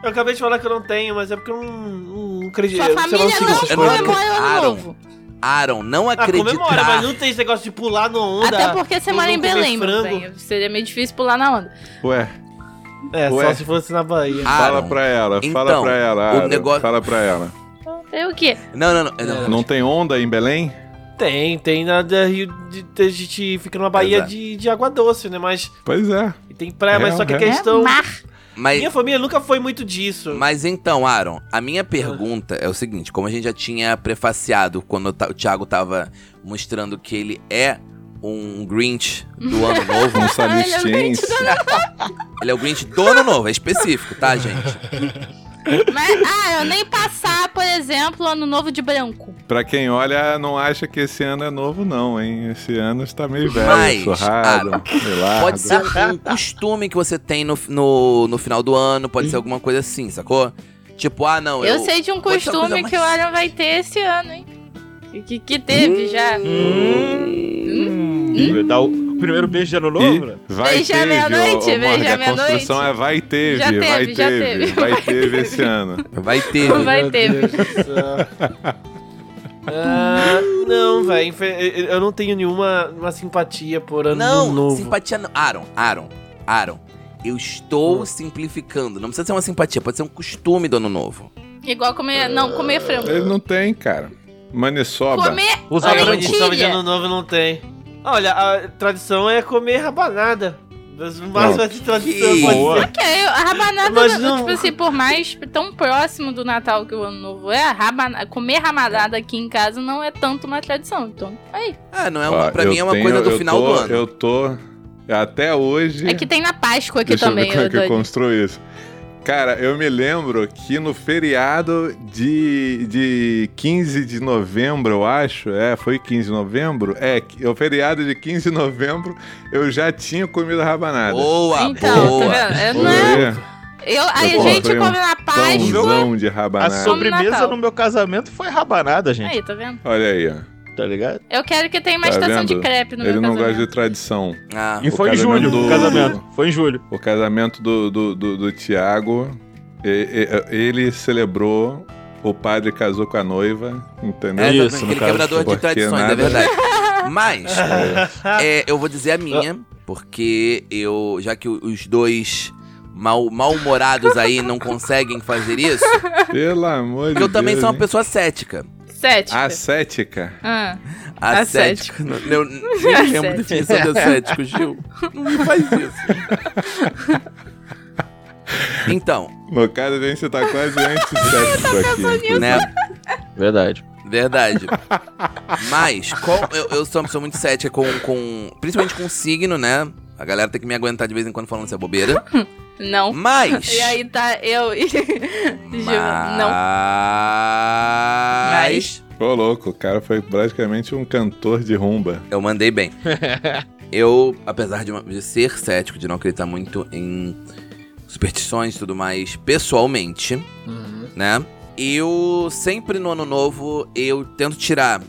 Speaker 4: Eu acabei de falar que eu não tenho, mas é porque eu não, não, não acredito.
Speaker 3: Sua
Speaker 4: eu- sei lá,
Speaker 3: família
Speaker 4: sigo
Speaker 3: não
Speaker 4: essas
Speaker 1: eu não
Speaker 4: coisas.
Speaker 1: acredito.
Speaker 3: comemora o ano
Speaker 1: Claro.
Speaker 3: novo.
Speaker 1: Aaron, não
Speaker 4: Ah, comemora, mas
Speaker 1: acreditar.
Speaker 4: não tem esse negócio de pular na onda.
Speaker 3: Até porque você
Speaker 4: não-
Speaker 3: mora
Speaker 4: não
Speaker 3: em
Speaker 4: comer
Speaker 3: Belém, meu
Speaker 4: frango.
Speaker 3: bem. Seria meio difícil pular na onda.
Speaker 2: Ué,
Speaker 4: É,
Speaker 2: Ué. Ah.
Speaker 4: só se fosse na Bahia.
Speaker 2: fala
Speaker 1: Aaron,
Speaker 2: pra ela, fala
Speaker 1: Então,
Speaker 2: pra ela.
Speaker 1: o
Speaker 2: Ara,
Speaker 1: negócio-
Speaker 2: Fala pra ela.
Speaker 3: É o quê?
Speaker 1: não, não, não,
Speaker 4: É.
Speaker 1: não.
Speaker 2: Não tem onda em Belém?
Speaker 4: Tem, tem na da Rio de, de- a gente fica numa Bahia
Speaker 1: Exato.
Speaker 4: de, de água doce, né? Mas
Speaker 2: Pois é.
Speaker 4: e tem praia, mas
Speaker 2: É,
Speaker 4: só que a
Speaker 2: é.
Speaker 4: questão.
Speaker 3: É mar.
Speaker 1: Mas
Speaker 4: Minha família nunca foi muito disso.
Speaker 1: Mas então, Aaron, a minha pergunta é o seguinte: como a gente já tinha prefaciado quando o Ta- o Thiago tava mostrando que ele é um Grinch do ano novo,
Speaker 2: Um
Speaker 3: Olha,
Speaker 2: salistiense.
Speaker 1: ele é o Grinch do ano novo, é específico, tá, gente?
Speaker 3: Mas, ah, eu nem passar, por exemplo, o ano novo de branco.
Speaker 2: Pra quem olha, não acha que esse ano é novo, não, hein? Esse ano está meio velho,
Speaker 1: Mas,
Speaker 2: surrado,
Speaker 1: Ara,
Speaker 2: melado.
Speaker 1: Pode ser um costume que você tem no, no, no final do ano, pode ser alguma coisa assim, sacou? Tipo, ah, não, eu.
Speaker 3: eu sei de um
Speaker 1: pode ser uma coisa
Speaker 3: costume que o
Speaker 1: mais-
Speaker 3: Alan vai ter esse ano, hein? Que- Que, que teve já.
Speaker 5: Hum. Dá o primeiro beijo de ano novo? né?
Speaker 2: E vai
Speaker 3: Beija
Speaker 2: ter,
Speaker 3: meia-noite,
Speaker 2: Gil, ô,
Speaker 3: beija
Speaker 2: Morgan, a
Speaker 3: meia-noite.
Speaker 2: construção é vai teve,
Speaker 3: Já teve,
Speaker 2: vai
Speaker 3: já
Speaker 2: teve,
Speaker 3: teve.
Speaker 2: vai teve esse ano.
Speaker 1: Vai ter.
Speaker 3: Vai
Speaker 4: Meu
Speaker 3: ter.
Speaker 4: Deus do céu. Ah, não, velho. Eu não tenho nenhuma uma simpatia por ano
Speaker 1: Não,
Speaker 4: um novo.
Speaker 1: simpatia não. Aaron, Aaron, Aaron. Eu estou simplificando. Não precisa ser uma simpatia, pode ser um costume do ano novo.
Speaker 3: Igual comer. Não, comer frango.
Speaker 2: Ele não tem, cara. Maniçoba.
Speaker 3: Comer
Speaker 5: Usar
Speaker 4: Olha,
Speaker 3: Olha,
Speaker 5: branco.
Speaker 3: mentira.
Speaker 4: tradição de ano novo não tem. Olha, a tradição é comer rabanada. Mas o máximo é de tradição.
Speaker 1: Que
Speaker 4: pode
Speaker 5: boa.
Speaker 4: ser.
Speaker 3: que é, a rabanada,
Speaker 4: Mas
Speaker 3: não-
Speaker 4: não-
Speaker 3: tipo assim, por mais tão próximo do Natal que o ano novo é, a rabana- comer rabanada aqui em casa não é tanto uma tradição. Então, aí.
Speaker 1: Ah, não é
Speaker 2: Ó,
Speaker 1: uma, pra
Speaker 2: eu
Speaker 1: mim é uma
Speaker 2: tenho-
Speaker 1: coisa do
Speaker 2: eu
Speaker 1: final
Speaker 2: tô-
Speaker 1: do ano.
Speaker 2: Eu tô. Até hoje.
Speaker 3: É que tem na Páscoa aqui
Speaker 2: Deixa
Speaker 3: também,
Speaker 2: eu ver como é
Speaker 3: ô
Speaker 2: que eu
Speaker 3: Dani.
Speaker 2: construo isso. Cara, eu me lembro que no feriado de, de 15 de novembro, eu acho, é, foi 15 de novembro? É, que- o feriado de 15 de novembro, eu já tinha comido rabanada.
Speaker 1: Boa,
Speaker 3: Então,
Speaker 1: boa.
Speaker 3: tá vendo? É, não é-
Speaker 2: Olha,
Speaker 3: eu, aí
Speaker 2: Eu
Speaker 3: a gente
Speaker 2: comprei um
Speaker 3: come na Páscoa.
Speaker 2: Pãozão
Speaker 1: é
Speaker 2: de
Speaker 5: A
Speaker 2: rabanada.
Speaker 5: sobremesa
Speaker 3: Natal.
Speaker 5: no meu casamento foi rabanada, gente.
Speaker 3: Aí, tá vendo?
Speaker 2: Olha aí, ó.
Speaker 5: Tá ligado?
Speaker 3: Eu quero que tenha uma
Speaker 2: Tá
Speaker 3: estação de
Speaker 2: vendo?
Speaker 3: crepe no
Speaker 2: Ele
Speaker 3: meu
Speaker 2: não gosta de
Speaker 3: casamento.
Speaker 2: tradição.
Speaker 1: Ah,
Speaker 5: E
Speaker 2: O
Speaker 5: foi em
Speaker 2: casamento
Speaker 5: julho,
Speaker 2: do-
Speaker 5: o casamento. Foi em julho.
Speaker 2: O casamento do, do, do, do Tiago, e- e- ele celebrou, o padre casou com a noiva, entendeu?
Speaker 1: é,
Speaker 5: Isso,
Speaker 1: tá vendo?
Speaker 5: no
Speaker 1: aquele
Speaker 5: caso,
Speaker 1: quebrador de
Speaker 2: porque
Speaker 1: tradições,
Speaker 2: nada-
Speaker 1: é verdade. Mas, é, eu vou dizer a minha,
Speaker 2: Ah.
Speaker 1: porque eu. Já que o- os dois mal- mal-humorados aí não conseguem fazer isso,
Speaker 2: Pelo amor de
Speaker 1: porque
Speaker 2: Deus.
Speaker 1: eu também sou uma
Speaker 2: hein?
Speaker 1: pessoa cética.
Speaker 3: Sete.
Speaker 2: Ascética.
Speaker 3: Ah.
Speaker 1: Ascético. Eu nem lembro a
Speaker 3: Ascético.
Speaker 1: definição de ascético, Gil. Não faz isso. Então,
Speaker 2: No caso, a gente tá quase
Speaker 3: Tá
Speaker 2: antissético aqui.
Speaker 1: né?
Speaker 5: Verdade.
Speaker 1: Verdade. Mas, com- eu, eu sou uma pessoa muito cética com, com. Principalmente com signo, né? A galera tem que me aguentar de vez em quando falando essa bobeira.
Speaker 3: Não.
Speaker 1: Mas.
Speaker 3: E aí tá eu e. Gil, Não.
Speaker 1: Mas.
Speaker 2: Ô, louco, o cara foi praticamente um cantor de rumba.
Speaker 1: Eu mandei bem. eu, apesar de, uma- de ser cético, de não acreditar muito em superstições e tudo mais, pessoalmente, né? Eu sempre no ano novo, eu tento tirar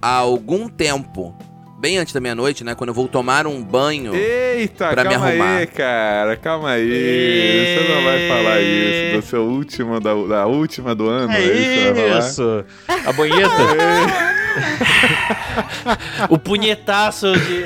Speaker 1: algum tempo, bem antes da meia-noite, né? Quando eu vou tomar um banho.
Speaker 2: Eita,
Speaker 1: Pra me
Speaker 2: calma aí,
Speaker 1: arrumar.
Speaker 2: cara. Calma aí.
Speaker 4: E-
Speaker 2: Você não vai falar isso do seu último, da, da última do ano.
Speaker 5: É
Speaker 2: que você vai falar?
Speaker 5: isso. A banheta.
Speaker 4: O punhetaço de.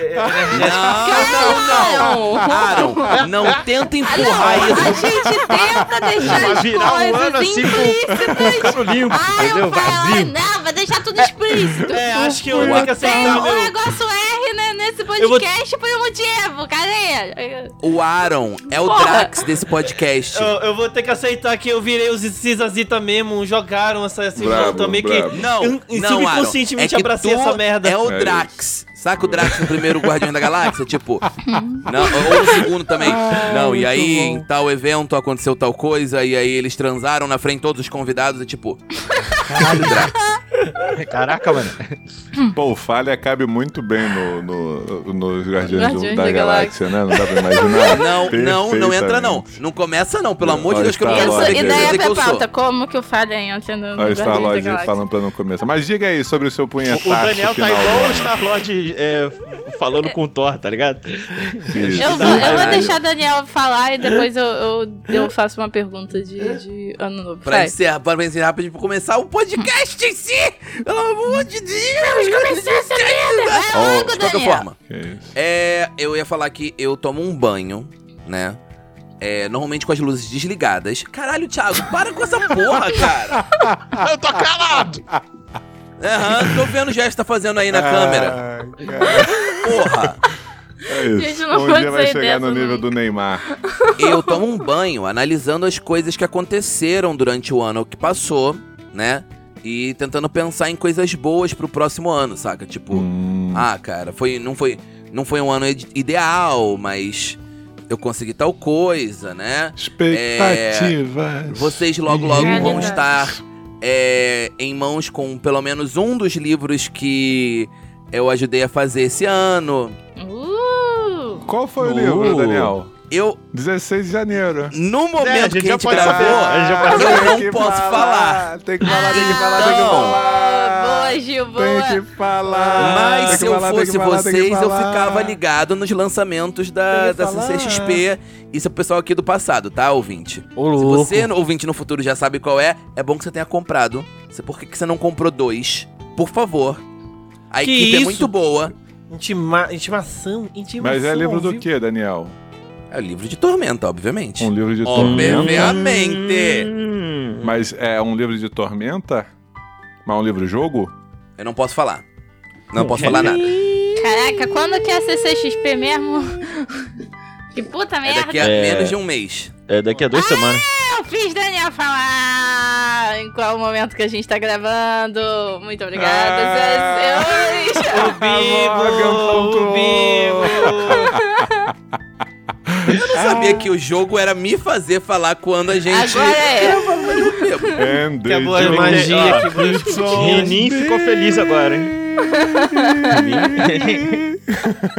Speaker 1: Não, não, não! Aaron, não tenta empurrar
Speaker 3: Ah, Não,
Speaker 1: isso.
Speaker 3: a gente tenta deixar
Speaker 5: Vai
Speaker 3: as
Speaker 5: virar um ano
Speaker 3: coisas
Speaker 5: assim com
Speaker 3: implícitas.
Speaker 5: o limpo,
Speaker 3: Ah,
Speaker 5: entendeu?
Speaker 3: eu falo,
Speaker 5: Vazio.
Speaker 3: não, vai deixar tudo explícito.
Speaker 4: É, acho que eu
Speaker 1: What?
Speaker 4: tenho que
Speaker 3: Tem
Speaker 1: é
Speaker 4: aceitar
Speaker 3: um
Speaker 4: meu.
Speaker 3: negócio R né, nesse
Speaker 4: Eu vou-
Speaker 3: podcast por um motivo, cadê?
Speaker 1: O Aaron é o
Speaker 3: Porra.
Speaker 1: Drax desse podcast.
Speaker 4: Eu, eu vou ter que aceitar que eu virei os Cisazita mesmo, jogaram essa esse
Speaker 2: Bravo,
Speaker 4: jogo também
Speaker 2: bravo.
Speaker 4: que.
Speaker 1: Não,
Speaker 4: eu, eu
Speaker 1: não, Aaron.
Speaker 4: subconscientemente
Speaker 1: é que
Speaker 4: abracei
Speaker 1: tu
Speaker 4: essa merda.
Speaker 1: É o
Speaker 2: É
Speaker 1: Drax. Saca o Drax no primeiro Guardião da Galáxia? Tipo, não, ou no segundo também. não, e aí em tal evento aconteceu tal coisa, e aí eles transaram na frente todos os convidados, e tipo, caralho, Drax.
Speaker 5: É. Caraca, mano.
Speaker 2: Pô, o falha cabe muito bem no, no, nos Guardiões
Speaker 3: Guardiões
Speaker 2: da,
Speaker 3: da
Speaker 2: Galáxia, né? Não dá pra imaginar.
Speaker 1: Não, não, não entra não. Não começa não, pelo
Speaker 2: Não,
Speaker 1: amor de
Speaker 2: ó,
Speaker 1: Deus, que eu não
Speaker 2: Star
Speaker 1: quero
Speaker 2: Lord.
Speaker 1: saber
Speaker 3: Isso,
Speaker 1: quem
Speaker 2: Deus,
Speaker 1: dizer que
Speaker 3: ideia pra
Speaker 1: eu sou.
Speaker 3: pauta, como que eu falho em Antena
Speaker 2: Olha o
Speaker 3: no Guardiões da
Speaker 2: Star-Lord
Speaker 3: Galáxia.
Speaker 2: falando pra não começar. Mas diga aí sobre o seu punhetaço.
Speaker 5: O Daniel tá
Speaker 2: final né? do
Speaker 5: igual o
Speaker 2: ano.
Speaker 5: Star-Lord é, falando com o Thor, tá ligado?
Speaker 2: é Isso.
Speaker 3: Eu vou, eu vou
Speaker 1: Caralho.
Speaker 3: deixar a Daniela falar e depois eu, eu, eu faço uma pergunta de, de ano novo.
Speaker 1: Pra
Speaker 3: Vai.
Speaker 1: encerrar, pra encerrar, pra gente começar o podcast em si! Pelo amor de Deus! Começar essa merda!
Speaker 3: Vai logo,
Speaker 1: De qualquer
Speaker 3: Daniel.
Speaker 1: forma,
Speaker 2: Que isso.
Speaker 1: É, eu ia falar que eu tomo um banho, né? É, normalmente com as luzes desligadas. Caralho, Thiago, para com essa porra, cara.
Speaker 5: Eu tô calado! É.
Speaker 1: Aham, tô vendo o gesto que tá fazendo aí na câmera.
Speaker 2: Ai, cara.
Speaker 1: Porra.
Speaker 2: É isso.
Speaker 3: Gente, não
Speaker 2: um
Speaker 3: pode
Speaker 2: dia vai
Speaker 3: sair
Speaker 2: chegar no
Speaker 3: dessa,
Speaker 2: nível
Speaker 3: não.
Speaker 2: do Neymar.
Speaker 1: Eu tomo um banho analisando as coisas que aconteceram durante o ano que passou, né? E tentando pensar em coisas boas pro próximo ano, saca? Tipo,
Speaker 2: Hum.
Speaker 1: Ah, cara, foi, não, foi, não foi um ano id- ideal, mas eu consegui tal coisa, né?
Speaker 2: Expectativas.
Speaker 1: Vocês logo, logo vão
Speaker 3: Realidades.
Speaker 1: estar é, em mãos com pelo menos um dos livros que eu ajudei a fazer esse ano.
Speaker 3: Uh,
Speaker 2: Qual foi o
Speaker 5: Uh.
Speaker 2: livro, Daniel?
Speaker 1: Eu,
Speaker 2: 16 de janeiro. Ah,
Speaker 1: no momento
Speaker 5: a gente
Speaker 1: que a
Speaker 5: já
Speaker 1: gente
Speaker 5: pode
Speaker 1: gravou,
Speaker 5: saber. A gente já pode
Speaker 1: eu
Speaker 2: Tem
Speaker 1: não
Speaker 2: que
Speaker 1: posso falar.
Speaker 2: Tem que falar, tem que falar, tem que
Speaker 1: Então.
Speaker 2: falar.
Speaker 3: Ah, Boa, Gil, boa.
Speaker 2: Tem que falar.
Speaker 1: Mas
Speaker 2: Ah, Tem
Speaker 1: se
Speaker 2: que
Speaker 1: eu
Speaker 2: falar,
Speaker 1: fosse
Speaker 2: tem que falar, tem que
Speaker 1: vocês, eu
Speaker 2: falar.
Speaker 1: ficava ligado nos lançamentos da,
Speaker 4: Tem que
Speaker 1: da
Speaker 4: falar.
Speaker 1: CCXP. Isso é o pessoal aqui do passado, tá, ouvinte?
Speaker 4: Ô,
Speaker 1: Se
Speaker 4: louco.
Speaker 1: você, ouvinte no futuro, já sabe qual é, é bom que você tenha comprado. Você- Por que, que você não comprou dois? Por favor. A
Speaker 4: Que
Speaker 1: equipe é
Speaker 4: isso?
Speaker 1: muito boa.
Speaker 4: Intima... Intimação, intimação.
Speaker 2: Mas é livro
Speaker 4: ao
Speaker 2: do
Speaker 4: vivo.
Speaker 2: que, Daniel?
Speaker 1: É o livro de tormenta, obviamente.
Speaker 2: Um livro de
Speaker 1: Obviamente.
Speaker 2: tormenta.
Speaker 5: Hum. Obviamente.
Speaker 2: Mas é um livro de tormenta? Mas é um livro jogo?
Speaker 1: Eu não posso falar. Não posso
Speaker 5: É.
Speaker 1: falar nada.
Speaker 3: Caraca, quando que é a CCXP mesmo? que puta
Speaker 1: É
Speaker 3: merda.
Speaker 1: daqui a
Speaker 6: É.
Speaker 1: menos de um mês.
Speaker 6: É daqui a duas semanas.
Speaker 3: Eu fiz Daniel falar em qual momento que a gente tá gravando. Muito obrigada,
Speaker 2: Ah.
Speaker 3: senhoras e senhores.
Speaker 4: O
Speaker 2: Morgan
Speaker 4: Bibo!
Speaker 2: pontuou.
Speaker 4: O Bibo!
Speaker 1: Eu não sabia que o jogo era me fazer falar quando a gente.
Speaker 3: Agora é.
Speaker 2: And
Speaker 4: Que é boa
Speaker 2: the
Speaker 4: magia, que
Speaker 2: jogo-
Speaker 5: Renin ficou feliz agora, hein?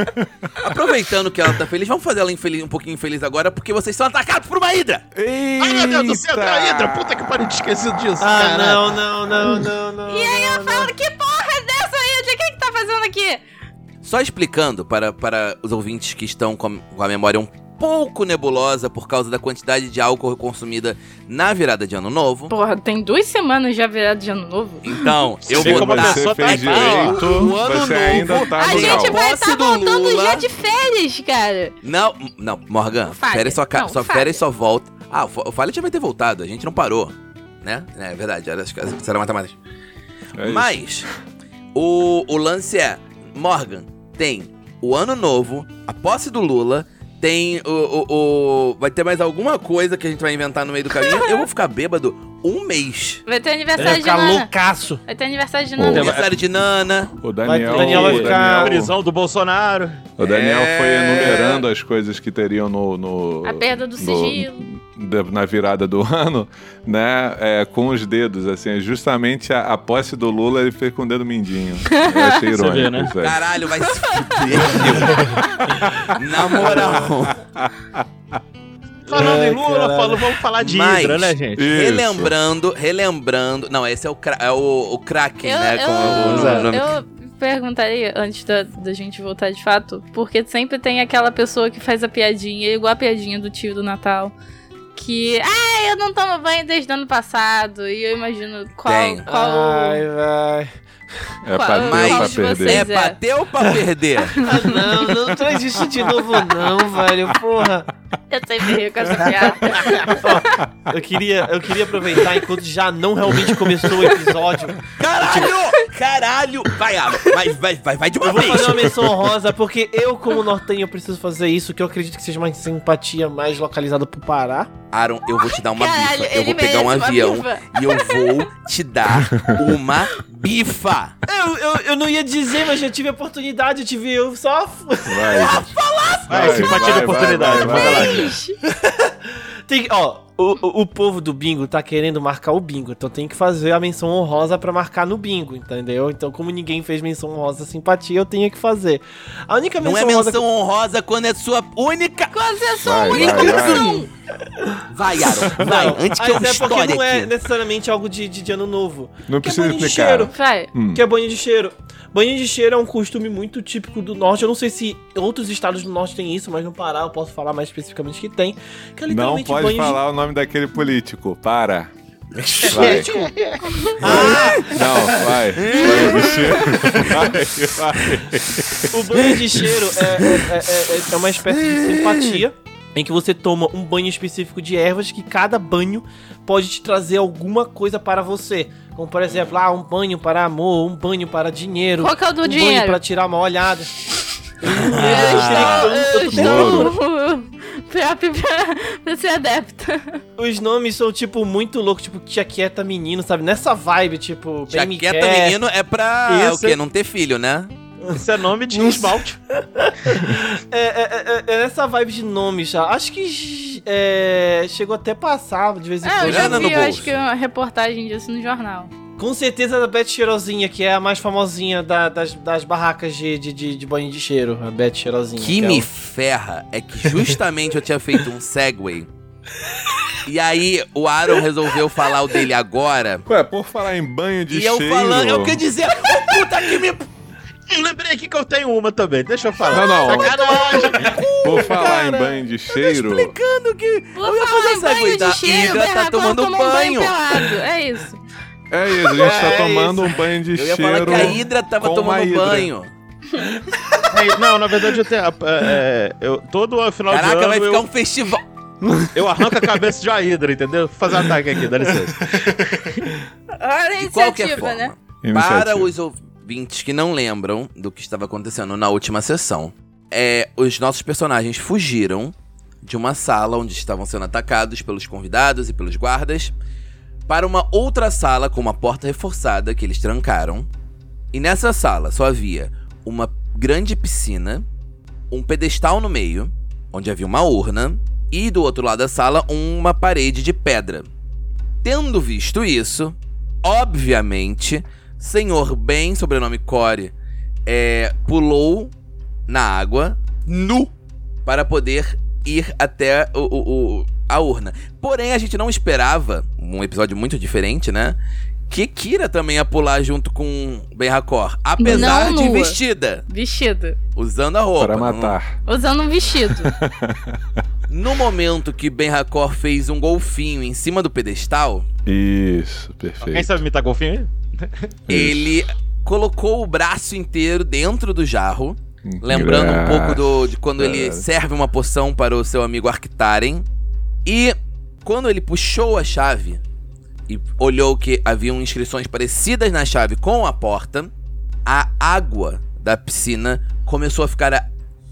Speaker 1: Aproveitando que ela tá feliz, vamos fazer ela infeliz, um pouquinho infeliz agora, porque vocês são atacados por uma hidra!
Speaker 2: Eita!
Speaker 5: Ai, meu Deus do céu, tá Hidra, puta que pariu, tinha esquecido disso.
Speaker 4: Ah,
Speaker 5: caralho.
Speaker 4: não, não, não, não, não.
Speaker 3: E aí eu falo, que porra é dessa aí? O que que tá fazendo aqui?
Speaker 1: Só explicando para, para os ouvintes que estão com a, com a memória um pouco nebulosa por causa da quantidade de álcool consumida na virada de ano novo.
Speaker 3: Porra, tem duas semanas já virado de ano novo.
Speaker 1: Então, eu
Speaker 5: Sei
Speaker 1: vou
Speaker 5: como a
Speaker 1: dar.
Speaker 5: pessoa
Speaker 2: é Você
Speaker 5: tá
Speaker 2: fez
Speaker 5: aqui, ó.
Speaker 2: direito,
Speaker 1: O ano
Speaker 2: você
Speaker 1: novo,
Speaker 2: ainda tá
Speaker 1: a
Speaker 3: a
Speaker 2: no
Speaker 1: legal.
Speaker 3: gente
Speaker 2: grau.
Speaker 1: Ah,
Speaker 3: vai
Speaker 1: Posse
Speaker 3: estar
Speaker 1: do
Speaker 3: voltando
Speaker 1: Lula.
Speaker 3: já de férias, cara.
Speaker 1: Não, não, Morgan,
Speaker 3: O Fábio.
Speaker 1: férias só, ca-
Speaker 3: Não, o
Speaker 1: só
Speaker 3: Fábio.
Speaker 1: férias só volta. Ah, o Fa- o Falha já vai ter voltado, a gente não parou. Né? É verdade, era- acho que será matemática.
Speaker 2: É isso.
Speaker 1: Mas o, o lance é: Morgan tem o ano novo, a posse do Lula, tem o, o- o- Vai ter mais alguma coisa que a gente vai inventar no meio do caminho. Eu vou ficar bêbado um mês.
Speaker 3: Vai ter
Speaker 4: Ele vai
Speaker 3: aniversário de
Speaker 4: ficar
Speaker 3: Nana.
Speaker 4: loucaço.
Speaker 3: Vai ter aniversário de
Speaker 2: Pô.
Speaker 3: Nana.
Speaker 1: Aniversário de Nana.
Speaker 2: O Daniel,
Speaker 4: Vai- o Daniel vai
Speaker 2: o
Speaker 4: ficar-
Speaker 2: Daniel-
Speaker 5: Prisão do Bolsonaro.
Speaker 2: o Daniel
Speaker 1: É.
Speaker 2: foi enumerando as coisas que teriam no. no-
Speaker 3: A perda do sigilo.
Speaker 2: da- na virada do ano, né? é, com os dedos, assim. Justamente a, a posse do Lula ele fez com o dedo mindinho. Eu achei
Speaker 5: Você
Speaker 2: irônico.
Speaker 5: vê, né?
Speaker 2: isso aí.
Speaker 1: Caralho, vai se fuder. Na moral.
Speaker 5: Falando
Speaker 4: É,
Speaker 5: em Lula,
Speaker 4: caralho.
Speaker 5: falou, vamos falar de
Speaker 1: Mas-
Speaker 5: Hidra, né, gente?
Speaker 2: Isso.
Speaker 1: Relembrando, relembrando. Não, esse é o, cra- é o, o Kraken,
Speaker 3: Eu,
Speaker 1: né? com o- o
Speaker 3: eu,
Speaker 1: nome-
Speaker 3: eu perguntaria, antes da, da gente voltar de fato, porque sempre tem aquela pessoa que faz a piadinha, igual a piadinha do tio do Natal. Que, ah, eu não tomo banho desde o ano passado. E eu imagino qual.
Speaker 1: Tem.
Speaker 3: qual
Speaker 4: Ai, vai.
Speaker 2: É
Speaker 3: Qual-
Speaker 2: pra ter ou
Speaker 1: Mas
Speaker 2: pra
Speaker 3: vocês-
Speaker 2: perder.
Speaker 1: É
Speaker 3: Pois é.
Speaker 1: pra ter ou pra perder?
Speaker 4: Ah, não, não traz isso de novo, não, velho. Porra.
Speaker 3: Eu sempre rio com essa piada.
Speaker 4: Eu queria, eu queria aproveitar enquanto já não realmente começou o episódio.
Speaker 1: Caralho! Caralho! Vai, Alan, vai, vai, vai, vai de uma
Speaker 4: Eu vou
Speaker 1: vez!
Speaker 4: fazer uma menção honrosa, porque eu, como nortenho, preciso fazer isso, que eu acredito que seja uma simpatia mais localizada pro Pará.
Speaker 1: Aaron, eu vou te dar uma
Speaker 3: Caralho,
Speaker 1: bifa. Eu
Speaker 3: ele
Speaker 1: vou pegar
Speaker 3: merece
Speaker 1: um
Speaker 3: uma
Speaker 1: avião
Speaker 3: bifa.
Speaker 1: e eu vou te dar uma bifa.
Speaker 4: Eu, eu, eu não ia dizer, mas já tive a oportunidade, eu tive eu só.
Speaker 2: Vai.
Speaker 5: Vai, simpatia da oportunidade, vai lá.
Speaker 4: Tem, que- ó, o, o- o povo do bingo tá querendo marcar o bingo, então tem que fazer a menção honrosa pra marcar no bingo, entendeu? Então, como ninguém fez menção honrosa simpatia, eu tenho que fazer. A única
Speaker 1: Não
Speaker 4: menção
Speaker 1: é
Speaker 4: honrosa.
Speaker 1: menção honrosa quando é sua única.
Speaker 3: Quando eu sou
Speaker 2: Vai,
Speaker 3: um único
Speaker 2: vai, vai.
Speaker 3: opção.
Speaker 1: Vai, Aaron, vai,
Speaker 4: Não,
Speaker 1: antes que eu
Speaker 4: mas é porque
Speaker 1: estoure
Speaker 4: não é
Speaker 1: aqui.
Speaker 4: necessariamente algo de, de, de ano novo.
Speaker 2: Não
Speaker 4: Que é
Speaker 2: precisa
Speaker 4: banho de
Speaker 2: explicar.
Speaker 4: cheiro.
Speaker 3: Vai.
Speaker 2: Hum.
Speaker 4: Que é banho de cheiro. Banho de cheiro é um costume muito típico do norte. Eu não sei se outros estados do norte têm isso, mas no Pará eu posso falar mais especificamente que tem. Que é
Speaker 2: Não
Speaker 4: literalmente
Speaker 2: pode
Speaker 4: banho
Speaker 2: falar o nome daquele político. Para.
Speaker 4: de
Speaker 2: Vai.
Speaker 4: cheiro.
Speaker 2: Não, vai. Banho de cheiro. Vai, vai.
Speaker 4: O banho de cheiro é, é- é- é- é uma espécie de simpatia em que você toma um banho específico de ervas que cada banho pode te trazer alguma coisa para você. Como, por exemplo, ah, um banho para amor, um banho para dinheiro,
Speaker 3: Qual que é o do
Speaker 4: um banho
Speaker 3: dinheiro? Ah.
Speaker 4: para tirar uma olhada.
Speaker 1: Ah, tá.
Speaker 3: Eu estou, eu
Speaker 2: Moro.
Speaker 3: estou pra, pra, pra ser adepta.
Speaker 4: Os nomes são, tipo, muito loucos, tipo, Tia Quieta Menino, sabe? Nessa vibe, tipo, bem me
Speaker 1: Jaqueta
Speaker 4: quer.
Speaker 1: menino é pra
Speaker 4: Isso.
Speaker 1: o quê? Não ter filho, né?
Speaker 5: Isso é nome de
Speaker 4: Não
Speaker 5: esmalte.
Speaker 4: É, é, é, é nessa vibe de nomes já. Acho que é, chegou até passar de vez em
Speaker 3: É, eu
Speaker 4: quando.
Speaker 1: Grana
Speaker 3: já
Speaker 1: no
Speaker 3: vi, eu
Speaker 1: bolso.
Speaker 3: acho que uma reportagem disso no jornal.
Speaker 4: Com certeza a Beth Cheirosinha, que é a mais famosinha da- das, das barracas de, de, de, de banho de cheiro. A Beth Cheirosinha.
Speaker 1: que
Speaker 4: é
Speaker 1: me
Speaker 4: o-
Speaker 1: ferra é que justamente eu tinha feito um segue. E aí o Aaron resolveu falar o dele agora.
Speaker 2: Ué, por falar em banho de
Speaker 1: e eu
Speaker 2: cheiro...
Speaker 1: falando, eu queria dizer, "Ô, puta que me.
Speaker 5: Eu lembrei aqui que eu tenho uma também, deixa eu falar.
Speaker 2: Não, não.
Speaker 5: Sacanagem.
Speaker 2: Por falar em banho de cheiro...
Speaker 1: Explicando que.
Speaker 3: Por
Speaker 1: Eu ia
Speaker 3: falar
Speaker 1: fazer
Speaker 3: em
Speaker 1: essa
Speaker 3: banho
Speaker 1: coisa,
Speaker 3: de cheiro, né?
Speaker 1: Iga
Speaker 3: Berracão
Speaker 1: tá tomando
Speaker 3: toma um
Speaker 1: banho.
Speaker 3: banho pelado. É isso.
Speaker 2: É isso, a gente tá
Speaker 4: É
Speaker 2: tomando um banho de
Speaker 1: Eu ia falar
Speaker 2: cheiro...
Speaker 1: que a Hydra tava
Speaker 2: com uma
Speaker 1: tomando
Speaker 2: hidra.
Speaker 1: banho.
Speaker 5: É, não, na verdade eu tenho. é, é, eu, todo final de
Speaker 1: Caraca,
Speaker 5: ano
Speaker 1: vai ficar
Speaker 5: eu,
Speaker 1: um festival.
Speaker 5: eu arranco a cabeça de uma Hydra, entendeu? Vou fazer um ataque aqui, dá licença.
Speaker 3: Olha a
Speaker 1: De
Speaker 3: iniciativa,
Speaker 1: qualquer forma,
Speaker 3: né?
Speaker 2: Iniciativa.
Speaker 1: para os ouvintes que não lembram do que estava acontecendo na última sessão, é, os nossos personagens fugiram de uma sala onde estavam sendo atacados pelos convidados e pelos guardas para uma outra sala com uma porta reforçada que eles trancaram. E nessa sala só havia uma grande piscina, um pedestal no meio, onde havia uma urna, e do outro lado da sala uma parede de pedra. Tendo visto isso, obviamente, Senhor Bem, sobrenome Core, é, pulou na água, nu, para poder ir até o, o- o- a urna. Porém, a gente não esperava, um episódio muito diferente, né? Que Kira também ia pular junto com Ben Hakor, apesar
Speaker 3: Não
Speaker 1: de
Speaker 3: nua.
Speaker 1: vestida,
Speaker 3: Vestido.
Speaker 1: usando a roupa.
Speaker 2: Pra
Speaker 1: não-
Speaker 2: matar.
Speaker 3: Usando um vestido.
Speaker 1: No momento que Ben Hakor fez um golfinho em cima do pedestal,
Speaker 2: Isso,
Speaker 5: Quem
Speaker 2: perfeito.
Speaker 5: sabe imitar golfinho?
Speaker 1: ele colocou o braço inteiro dentro do jarro. Lembrando um pouco do, de quando ele
Speaker 2: Engraçado.
Speaker 1: serve uma poção para o seu amigo Arctaren. E quando ele puxou a chave e olhou que haviam inscrições parecidas na chave com a porta, a água da piscina começou a ficar a-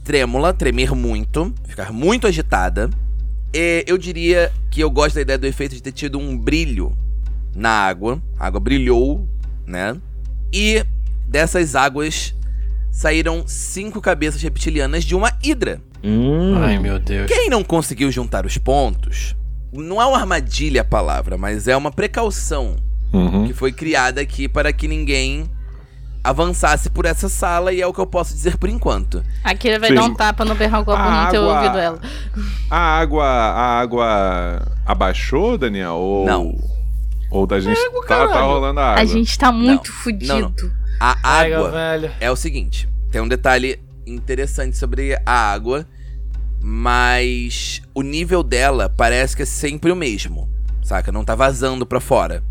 Speaker 1: trêmula, tremer muito, ficar muito agitada. E eu diria que eu gosto da ideia do efeito de ter tido um brilho na água. A água brilhou, né? E dessas águas saíram cinco cabeças reptilianas de uma hidra.
Speaker 5: Hum.
Speaker 6: Ai, meu Deus.
Speaker 1: Quem não conseguiu juntar os pontos, não é uma armadilha a palavra, mas é uma precaução
Speaker 2: Uhum.
Speaker 1: que foi criada aqui para que ninguém avançasse por essa sala e é o que eu posso dizer por enquanto.
Speaker 3: A Kira vai
Speaker 2: Sim.
Speaker 3: dar um tapa no Berracão por não ter
Speaker 2: Água.
Speaker 3: ouvido ela.
Speaker 2: A água, a água abaixou, Daniel? Ou...
Speaker 1: Não.
Speaker 2: Ou da gente tá, tá
Speaker 4: caralho.
Speaker 2: rolando a água?
Speaker 3: A gente tá muito fudido.
Speaker 1: Não, não. A
Speaker 4: Pega,
Speaker 1: água
Speaker 4: velho.
Speaker 1: é o seguinte, tem um detalhe interessante sobre a água, mas o nível dela parece que é sempre o mesmo, saca? Não tá vazando pra fora,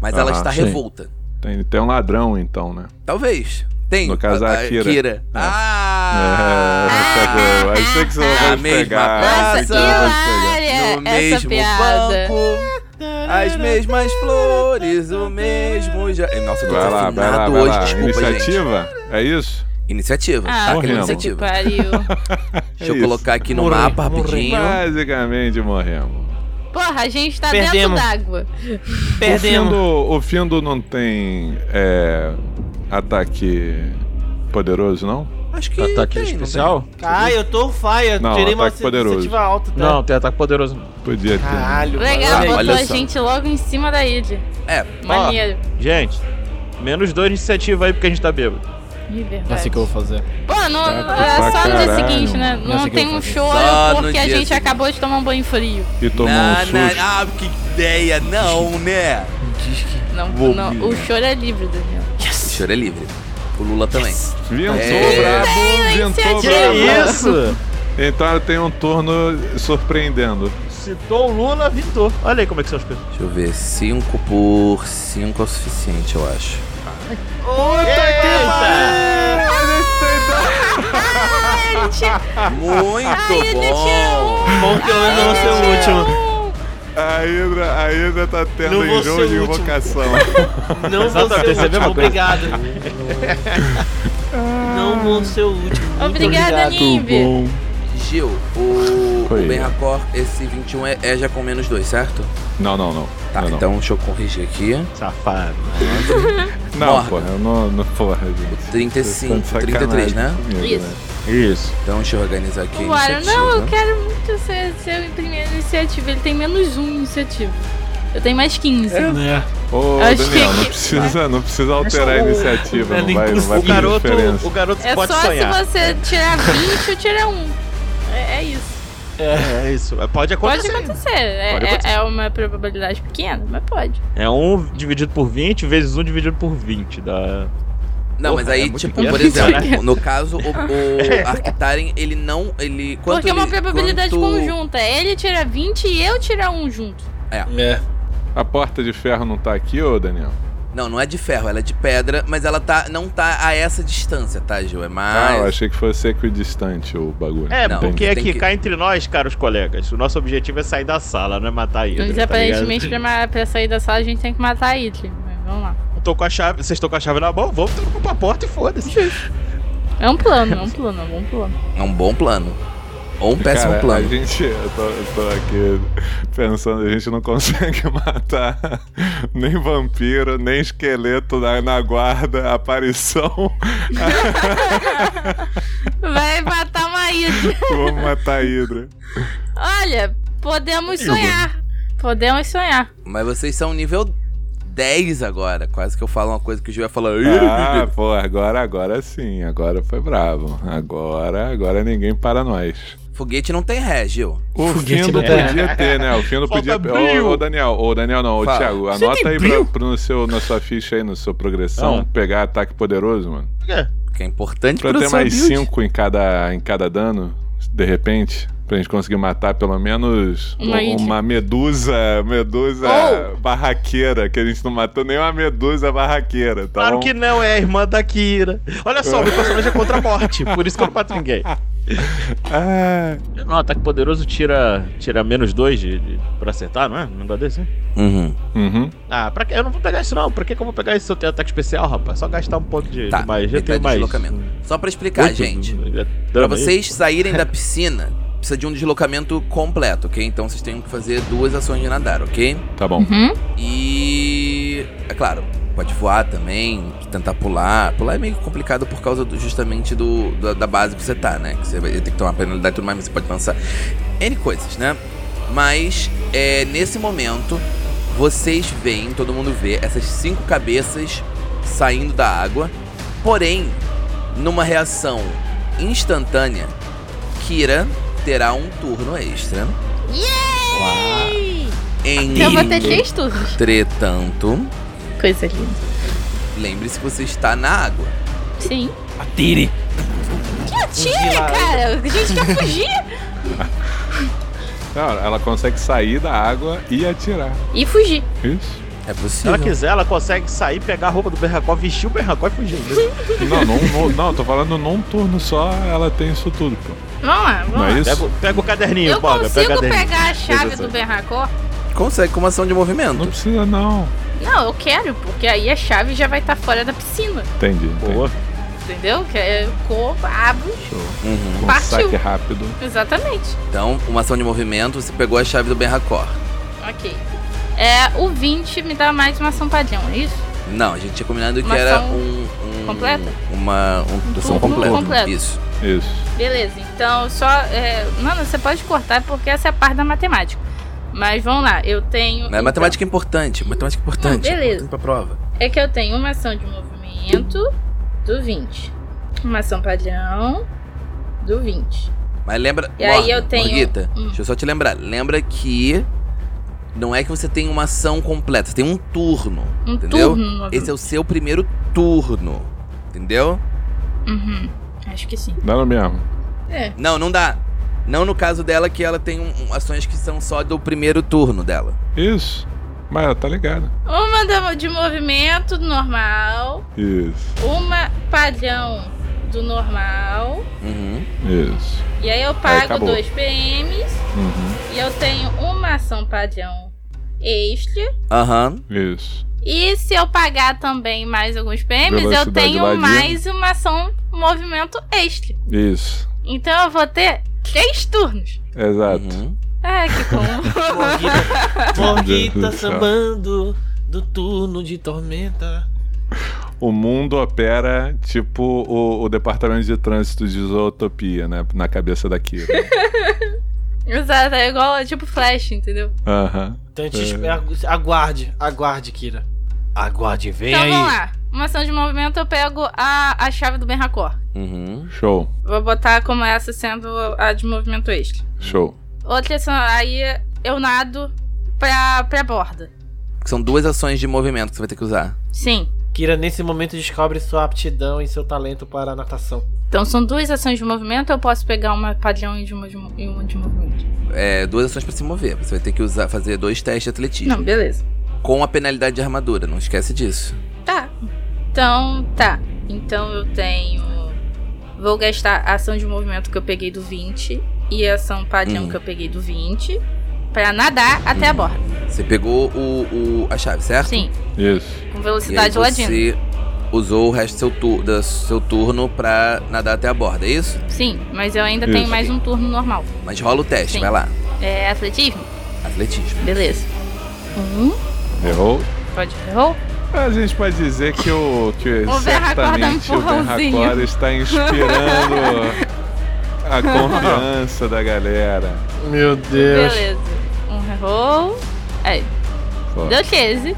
Speaker 1: mas ela
Speaker 2: Aham,
Speaker 1: está
Speaker 2: sim.
Speaker 1: revolta.
Speaker 2: Tem, tem um ladrão, então, né?
Speaker 1: Talvez. Tem.
Speaker 2: No caso, a Akira. É.
Speaker 1: Ah!
Speaker 2: É, pegou. Eu sei que você não
Speaker 1: A
Speaker 2: vai
Speaker 1: mesma
Speaker 2: pegar.
Speaker 1: praça.
Speaker 3: Nossa, que
Speaker 2: Eu sei que você não vai
Speaker 3: hilária
Speaker 1: Ah! No
Speaker 2: É,
Speaker 3: É, essa
Speaker 1: mesmo
Speaker 3: piada.
Speaker 1: banco, as mesmas flores, o mesmo já. Eh, Nossa, eu tô
Speaker 2: Vai lá, vai lá,
Speaker 1: desafinado
Speaker 2: vai
Speaker 1: hoje,
Speaker 2: lá.
Speaker 1: desculpa, gente.
Speaker 2: Iniciativa? É isso?
Speaker 1: Iniciativa.
Speaker 3: Ah,
Speaker 1: tá, aquela
Speaker 2: morremos.
Speaker 3: Que
Speaker 1: iniciativa.
Speaker 3: pariu.
Speaker 1: Deixa eu
Speaker 2: É isso.
Speaker 1: colocar aqui no
Speaker 4: Morre,
Speaker 1: mapa
Speaker 4: morre.
Speaker 1: rapidinho.
Speaker 2: Basicamente morremos.
Speaker 3: Porra, a gente tá
Speaker 4: Perdemos.
Speaker 3: dentro d'água.
Speaker 2: O Findo,
Speaker 4: Perdemos.
Speaker 2: o Findo não tem é, ataque poderoso, não?
Speaker 1: Acho que.
Speaker 5: Ataque
Speaker 1: tem, não
Speaker 5: especial?
Speaker 4: Ah, eu tô on fire.
Speaker 2: Não,
Speaker 4: Tirei uma
Speaker 2: ataque poderoso.
Speaker 4: iniciativa alta, tá?
Speaker 5: Não, tem ataque poderoso.
Speaker 2: Podia ter.
Speaker 4: Caralho,
Speaker 3: Legal,
Speaker 4: mano.
Speaker 1: Olha
Speaker 3: botou a
Speaker 1: só.
Speaker 3: gente logo em cima da ilha.
Speaker 1: É.
Speaker 3: Maneiro.
Speaker 5: Gente, menos dois de iniciativa aí porque a gente tá bêbado.
Speaker 3: Ih, verdade.
Speaker 6: Assim que eu vou fazer.
Speaker 3: Pô, não, é
Speaker 2: pra
Speaker 3: só no dia
Speaker 2: caralho.
Speaker 3: seguinte, né?
Speaker 6: Não
Speaker 3: Não
Speaker 6: sei o que
Speaker 3: tem
Speaker 6: eu vou
Speaker 3: um
Speaker 6: fazer.
Speaker 3: show
Speaker 1: Só no
Speaker 3: porque a
Speaker 1: dia
Speaker 3: gente
Speaker 1: seguinte.
Speaker 3: acabou de tomar um banho frio.
Speaker 2: E tomou um
Speaker 1: Na, na,
Speaker 2: susto.
Speaker 1: ah, que ideia! Não, né?
Speaker 3: Não,
Speaker 1: Vou
Speaker 3: não,
Speaker 1: vir.
Speaker 3: o choro é livre, Daniel.
Speaker 1: O choro é livre. O Lula também.
Speaker 2: Ventou
Speaker 1: É.
Speaker 2: brabo, ventou
Speaker 5: Que
Speaker 2: brabo.
Speaker 5: isso?
Speaker 2: um Então ela tem um turno surpreendendo.
Speaker 5: Citou o Lula, vintou. Olha aí como é que são as coisas.
Speaker 1: Deixa eu ver. 5 por 5 é o suficiente, eu acho. Muito bom!
Speaker 4: Bom que eu não ser o último.
Speaker 2: A Hydra, a Hydra tá
Speaker 4: Não
Speaker 2: tendo
Speaker 4: vou
Speaker 2: enjoo
Speaker 4: ser
Speaker 2: de
Speaker 4: o último.
Speaker 2: invocação.
Speaker 4: Não vou
Speaker 5: Exatamente,
Speaker 4: ser
Speaker 5: você
Speaker 4: o
Speaker 5: viu
Speaker 4: último,
Speaker 5: uma coisa?
Speaker 4: obrigado. Não vou ser o último. muito
Speaker 3: Obrigada,
Speaker 4: obrigado.
Speaker 3: Nimbi.
Speaker 1: Gil, o,
Speaker 2: Foi.
Speaker 1: o Ben Racor, esse 21 é, é já com menos 2, certo?
Speaker 2: Não, não, não.
Speaker 1: Tá,
Speaker 2: não, não.
Speaker 1: então deixa eu corrigir aqui.
Speaker 5: Safado.
Speaker 2: Não,
Speaker 1: Morgan.
Speaker 2: porra, eu não, não porra, gente.
Speaker 5: Tá
Speaker 1: 35,
Speaker 2: Vocês estão de
Speaker 1: 33, né?
Speaker 2: sacanagem comigo,
Speaker 3: Isso.
Speaker 2: né?
Speaker 5: Isso.
Speaker 1: Então deixa eu organizar aqui. a
Speaker 3: Bora, não, eu
Speaker 1: iniciativa.
Speaker 3: quero muito ser, ser o primeiro iniciativa. Ele tem menos um iniciativa. Eu tenho mais 15.
Speaker 6: É.
Speaker 2: Ô,
Speaker 3: Acho
Speaker 2: Daniel,
Speaker 3: que-
Speaker 2: não precisa, não precisa alterar a
Speaker 5: o-
Speaker 2: iniciativa,
Speaker 4: é
Speaker 2: não vai, não vai
Speaker 4: impossível.
Speaker 5: O
Speaker 2: fazer
Speaker 5: garoto,
Speaker 2: diferença.
Speaker 5: o garoto
Speaker 3: É
Speaker 5: pode
Speaker 3: só
Speaker 5: sonhar.
Speaker 3: se você tirar 20 ou tirar 1. É, é isso.
Speaker 5: É isso. Pode
Speaker 3: Pode
Speaker 5: acontecer.
Speaker 3: acontecer. É,
Speaker 5: Pode
Speaker 3: é-
Speaker 5: acontecer.
Speaker 3: é uma probabilidade pequena, mas pode.
Speaker 5: É 1 dividido por 20 vezes 1 dividido por 20. Dá...
Speaker 1: Não,
Speaker 5: Porra,
Speaker 1: mas aí,
Speaker 5: é muito
Speaker 1: tipo,
Speaker 5: grande.
Speaker 1: por
Speaker 5: Caraca.
Speaker 1: exemplo, no caso, o, o Arctaren, ele não. Ele, quanto
Speaker 3: Porque é uma
Speaker 1: ele-
Speaker 3: probabilidade
Speaker 1: quanto-
Speaker 3: conjunta. Ele tira 20 e eu tirar 1 junto.
Speaker 4: É.
Speaker 2: A porta de ferro não tá aqui, ô Daniel?
Speaker 1: Não, não é de ferro, ela é de pedra, mas ela tá, não tá a essa distância, tá, Gil? É
Speaker 2: Ah, eu
Speaker 1: mais.
Speaker 2: achei que fosse equidistante o bagulho.
Speaker 5: É,
Speaker 1: Não,
Speaker 5: porque
Speaker 1: tem
Speaker 5: aqui,
Speaker 1: que-
Speaker 5: cá entre nós, caros colegas, o nosso objetivo é sair da sala, não é matar a Hydra,
Speaker 3: Mas Então,
Speaker 5: tá
Speaker 3: aparentemente, pra,
Speaker 5: ligado?
Speaker 3: ma- pra sair da sala, a gente tem que matar a Idris. Mas vamos lá.
Speaker 5: Eu tô com a chave, vocês estão com a chave na mão, vamos tudo pra porta e foda-se.
Speaker 3: É um plano, é um plano, é um bom plano.
Speaker 1: É um bom plano. Ou um péssimo
Speaker 2: Cara,
Speaker 1: plano.
Speaker 2: A gente, eu tô, eu tô aqui pensando, a gente não consegue matar nem vampiro, nem esqueleto na, na guarda, aparição.
Speaker 3: Vai matar uma Idris.
Speaker 2: Vamos matar a Hydra.
Speaker 3: Olha, podemos sonhar. Podemos sonhar.
Speaker 1: Mas vocês são nível 10 agora. Quase que eu falo uma coisa que o Gil vai falar. "Ih,
Speaker 2: Ah, pô, agora, agora sim, agora foi bravo. Agora, agora ninguém para nós.
Speaker 1: Foguete não tem ré, Gil.
Speaker 2: O
Speaker 4: Foguete
Speaker 2: Findo
Speaker 4: não tem.
Speaker 2: podia ter, né? O Findo
Speaker 5: Falta
Speaker 2: podia.
Speaker 5: brilho.
Speaker 2: Ô, ô, Daniel, ô, Daniel não, ô,
Speaker 1: Fala.
Speaker 2: Thiago,
Speaker 4: Você
Speaker 2: anota
Speaker 4: tem
Speaker 2: aí pra,
Speaker 4: brilho?
Speaker 2: pro no seu, na sua ficha aí, na sua progressão,
Speaker 5: Ah.
Speaker 2: pegar ataque poderoso, mano.
Speaker 5: É.
Speaker 1: Que é importante
Speaker 2: Pra
Speaker 1: pro
Speaker 2: ter
Speaker 1: seu
Speaker 2: mais
Speaker 1: build.
Speaker 2: 5 em cada, em cada dano, de repente. Pra gente conseguir matar pelo menos
Speaker 3: Uma
Speaker 2: um-
Speaker 3: hidra.
Speaker 2: uma medusa, medusa barraqueira, que a gente não matou nem uma medusa barraqueira, tá
Speaker 5: Claro
Speaker 2: bom?
Speaker 5: que não, é a irmã da Kira. Olha só, meu personagem é contra a morte, por isso que eu não mato ninguém.
Speaker 2: Ah,
Speaker 5: Não, ataque poderoso tira, tira menos 2 de, de, pra acertar, não é? Um negócio desse, né?
Speaker 1: Uhum.
Speaker 2: uhum.
Speaker 5: Ah, pra que? Eu não vou pegar isso não. Pra que, que eu vou pegar isso se eu tenho ataque especial, rapaz? Só gastar um ponto de,
Speaker 1: Tá,
Speaker 5: de magia. Eu
Speaker 1: metade
Speaker 5: tenho
Speaker 1: de
Speaker 5: mais.
Speaker 1: deslocamento. Só pra explicar,
Speaker 5: oito
Speaker 1: gente.
Speaker 5: de- de- de-
Speaker 1: Pra
Speaker 5: aí.
Speaker 1: vocês saírem da piscina, precisa de um deslocamento completo, ok? Então vocês têm que fazer duas ações de nadar, ok?
Speaker 2: Tá bom.
Speaker 3: Uhum.
Speaker 1: E. É claro, pode voar também, tentar pular. Pular é meio complicado por causa do- justamente do, da, da base que você tá, né? Que você vai ter que tomar penalidade e tudo mais, mas você pode lançar N coisas, né? Mas, é, nesse momento, vocês veem, todo mundo vê, essas cinco cabeças saindo da água. Porém, numa reação instantânea, Kira terá um turno extra.
Speaker 3: Ei!
Speaker 1: Em
Speaker 3: Então, Eu vou ter três turnos.
Speaker 1: Entretanto,
Speaker 3: Coisa linda.
Speaker 1: lembre-se que você está na água.
Speaker 3: Sim.
Speaker 4: Atire.
Speaker 3: Ah, Tira, cara! A gente quer fugir!
Speaker 2: Não, ela consegue sair da água e atirar.
Speaker 3: E fugir.
Speaker 2: Isso?
Speaker 1: É
Speaker 5: Se
Speaker 1: possível.
Speaker 5: ela quiser, ela consegue sair, pegar a roupa do Berracó, vestir o Berracó e fugir.
Speaker 2: Não, não, não, não, tô falando num turno só, ela tem isso tudo, pô.
Speaker 3: Vamos lá, vamos
Speaker 2: Não
Speaker 3: lá.
Speaker 2: é
Speaker 5: Pega,
Speaker 2: isso?
Speaker 5: o- pega o caderninho,
Speaker 3: Eu
Speaker 5: Boga. Pega o
Speaker 3: consigo
Speaker 5: caderninho.
Speaker 3: pegar a chave
Speaker 5: Coisa
Speaker 3: do
Speaker 5: assim.
Speaker 3: Berracó?
Speaker 1: Consegue com uma ação de
Speaker 2: Não
Speaker 1: movimento.
Speaker 2: precisa, não.
Speaker 3: Não, eu quero, porque aí a chave já vai estar fora da piscina.
Speaker 2: Entendi.
Speaker 5: Boa.
Speaker 3: Entendeu? Que é corpo, abro.
Speaker 1: Uhum.
Speaker 2: Com
Speaker 3: Partiu.
Speaker 2: Um saque rápido.
Speaker 3: Exatamente.
Speaker 1: Então, uma ação de movimento, você pegou a chave do Benracor.
Speaker 3: Ok. É, o 20 me dá mais uma ação padrão, é isso?
Speaker 1: Não, a gente tinha combinado que
Speaker 3: Uma
Speaker 1: era
Speaker 3: ação
Speaker 1: um, um.
Speaker 3: completa?
Speaker 1: Uma. Um,
Speaker 3: Um
Speaker 1: ação
Speaker 3: turno
Speaker 1: completa.
Speaker 3: completo.
Speaker 1: Isso.
Speaker 2: Isso.
Speaker 3: Beleza, então só. É... Mano, você pode cortar porque essa é a parte da matemática. Mas vamos lá, eu tenho.
Speaker 1: Mas matemática é importante. Matemática é importante.
Speaker 3: Não, beleza.
Speaker 1: Importante pra prova.
Speaker 3: É que eu tenho uma ação de movimento do 20. Uma ação padrão do 20.
Speaker 1: Mas lembra.
Speaker 3: E aí
Speaker 1: Morgan,
Speaker 3: eu tenho-
Speaker 1: Morguita,
Speaker 3: Hum.
Speaker 1: deixa eu só te lembrar. Lembra que. Não é que você tem uma ação completa, você tem um turno.
Speaker 3: Um
Speaker 1: entendeu?
Speaker 3: turno.
Speaker 1: Esse é o seu primeiro turno. Entendeu?
Speaker 3: Uhum. Acho que sim.
Speaker 2: Dá no mesmo.
Speaker 3: É.
Speaker 1: Não, não dá. Não no caso dela, que ela tem um- um- ações que são só do primeiro turno dela.
Speaker 2: Isso. Mas ela tá ligada.
Speaker 3: Uma da- de movimento normal.
Speaker 2: Isso.
Speaker 3: Uma padrão do normal.
Speaker 1: Uhum.
Speaker 2: Isso.
Speaker 3: E aí eu pago
Speaker 2: acabou.
Speaker 3: 2 PMs
Speaker 2: Uhum.
Speaker 3: e eu tenho uma ação padrão extra.
Speaker 1: Aham. uhum,
Speaker 2: Isso.
Speaker 3: E se eu pagar também mais alguns PMs, eu
Speaker 2: Velocidade
Speaker 3: tenho
Speaker 2: ladino.
Speaker 3: mais uma ação movimento extra.
Speaker 2: Isso.
Speaker 3: Então eu vou ter três turnos.
Speaker 2: Exato.
Speaker 1: Uhum.
Speaker 3: Ah, que bom.
Speaker 4: Morguita,
Speaker 2: Meu
Speaker 4: Morguita
Speaker 2: Deus do céu.
Speaker 4: sambando do turno de tormenta.
Speaker 2: O mundo opera tipo o, o departamento de trânsito de Zootopia, né? Na cabeça da Kira.
Speaker 3: Exato, é igual tipo flash, entendeu?
Speaker 2: Aham.
Speaker 4: Então a gente
Speaker 2: É.
Speaker 4: espera- aguarde, aguarde, Kira. Aguarde, vem
Speaker 3: Então vamos
Speaker 4: aí.
Speaker 3: lá. Uma ação de movimento, eu pego a, a chave do Ben Hakor.
Speaker 1: Uhum.
Speaker 2: Show,
Speaker 3: Vou botar como essa sendo a de movimento extra.
Speaker 2: show.
Speaker 3: Outra ação, aí eu nado pra, pra borda.
Speaker 1: Que São duas ações de movimento que você vai ter que usar.
Speaker 3: Sim.
Speaker 4: Kira, nesse momento, descobre sua aptidão e seu talento para a natação.
Speaker 3: Então são duas ações de movimento, eu posso pegar uma padrão e de uma de, mo- e uma de movimento.
Speaker 1: É, duas ações pra se mover. Você vai ter que usar, fazer dois testes de atletismo.
Speaker 3: Não, beleza.
Speaker 1: Com a penalidade de armadura, não esquece disso.
Speaker 3: Tá. Então, tá. Então eu tenho. Vou gastar a ação de movimento que eu peguei do 20 e a ação padrão
Speaker 1: Hum.
Speaker 3: que eu peguei do 20 pra nadar até a borda.
Speaker 1: Você pegou o, o- a chave, certo?
Speaker 3: Sim,
Speaker 2: Isso.
Speaker 3: com
Speaker 1: Ah. E aí
Speaker 3: velocidade ladina.
Speaker 1: você usou o resto do seu, tu- da- seu turno pra nadar até a borda, é isso?
Speaker 3: Sim, mas eu ainda
Speaker 2: Isso.
Speaker 3: tenho mais um turno normal.
Speaker 1: Mas rola o teste,
Speaker 3: Sim.
Speaker 1: vai lá.
Speaker 3: É atletismo?
Speaker 1: Atletismo.
Speaker 3: Beleza. Um,
Speaker 2: Errou?
Speaker 3: pode um errou?
Speaker 2: A gente pode dizer que o que
Speaker 3: O Ben Racor dá um
Speaker 2: certamente o Ben
Speaker 3: empurrãozinho.
Speaker 2: Racor está inspirando a confiança da galera.
Speaker 4: Meu Deus.
Speaker 3: Beleza. Um errou. Aí,
Speaker 2: Pô,
Speaker 3: deu 15.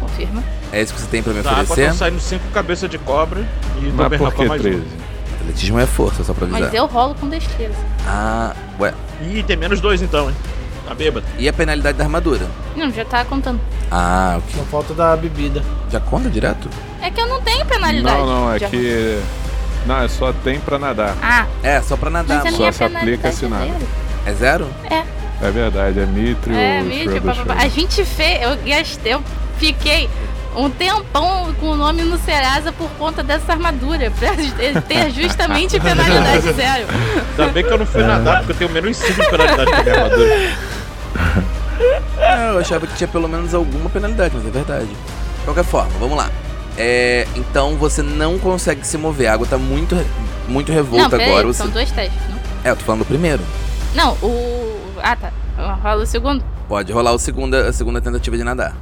Speaker 3: Confirma.
Speaker 1: É isso que você tem pra me
Speaker 5: Da água
Speaker 1: oferecer?
Speaker 5: estão saindo cinco cabeças de cobra e do
Speaker 2: Mas por
Speaker 5: Berracó
Speaker 2: que
Speaker 5: mais
Speaker 2: 13?
Speaker 5: um.
Speaker 1: Atletismo é força, só pra avisar.
Speaker 3: Mas eu rolo com destreza.
Speaker 1: Ah, ué.
Speaker 5: Ih, tem menos dois então, hein? Tá bêbado.
Speaker 1: E a penalidade da armadura?
Speaker 3: Não, já tá contando.
Speaker 1: Ah, ok.
Speaker 4: Só falta da bebida.
Speaker 1: Já conta direto?
Speaker 3: É que eu não tenho penalidade.
Speaker 2: Não, não, é
Speaker 3: de arroz.
Speaker 2: que. Não, é só tem pra nadar.
Speaker 3: Ah,
Speaker 1: É, só pra nadar.
Speaker 3: mas a
Speaker 2: só
Speaker 1: amor.
Speaker 3: minha
Speaker 2: se aplica
Speaker 3: penalidade é
Speaker 2: se nada.
Speaker 3: zero.
Speaker 1: É zero?
Speaker 2: É verdade, é Mitrio.
Speaker 3: É, mídia, papapá. A gente fez, eu gastei, eu fiquei um tempão com o nome no Serasa por conta dessa armadura, pra ter justamente penalidade zero.
Speaker 5: Ainda bem que eu não
Speaker 2: É.
Speaker 5: fui nadar, porque eu tenho menos cinco de penalidade pra minha armadura.
Speaker 1: É, eu achava que tinha pelo menos alguma penalidade, mas é verdade. De qualquer forma, vamos lá. É, então você não consegue se mover. A água tá muito, re- muito revolta
Speaker 3: não, peraí,
Speaker 1: agora. Você...
Speaker 3: são dois testes, não?
Speaker 1: É, eu tô falando do primeiro.
Speaker 3: Não, o. Ah, tá. Rola o segundo.
Speaker 1: Pode rolar o segunda, a segunda tentativa de nadar.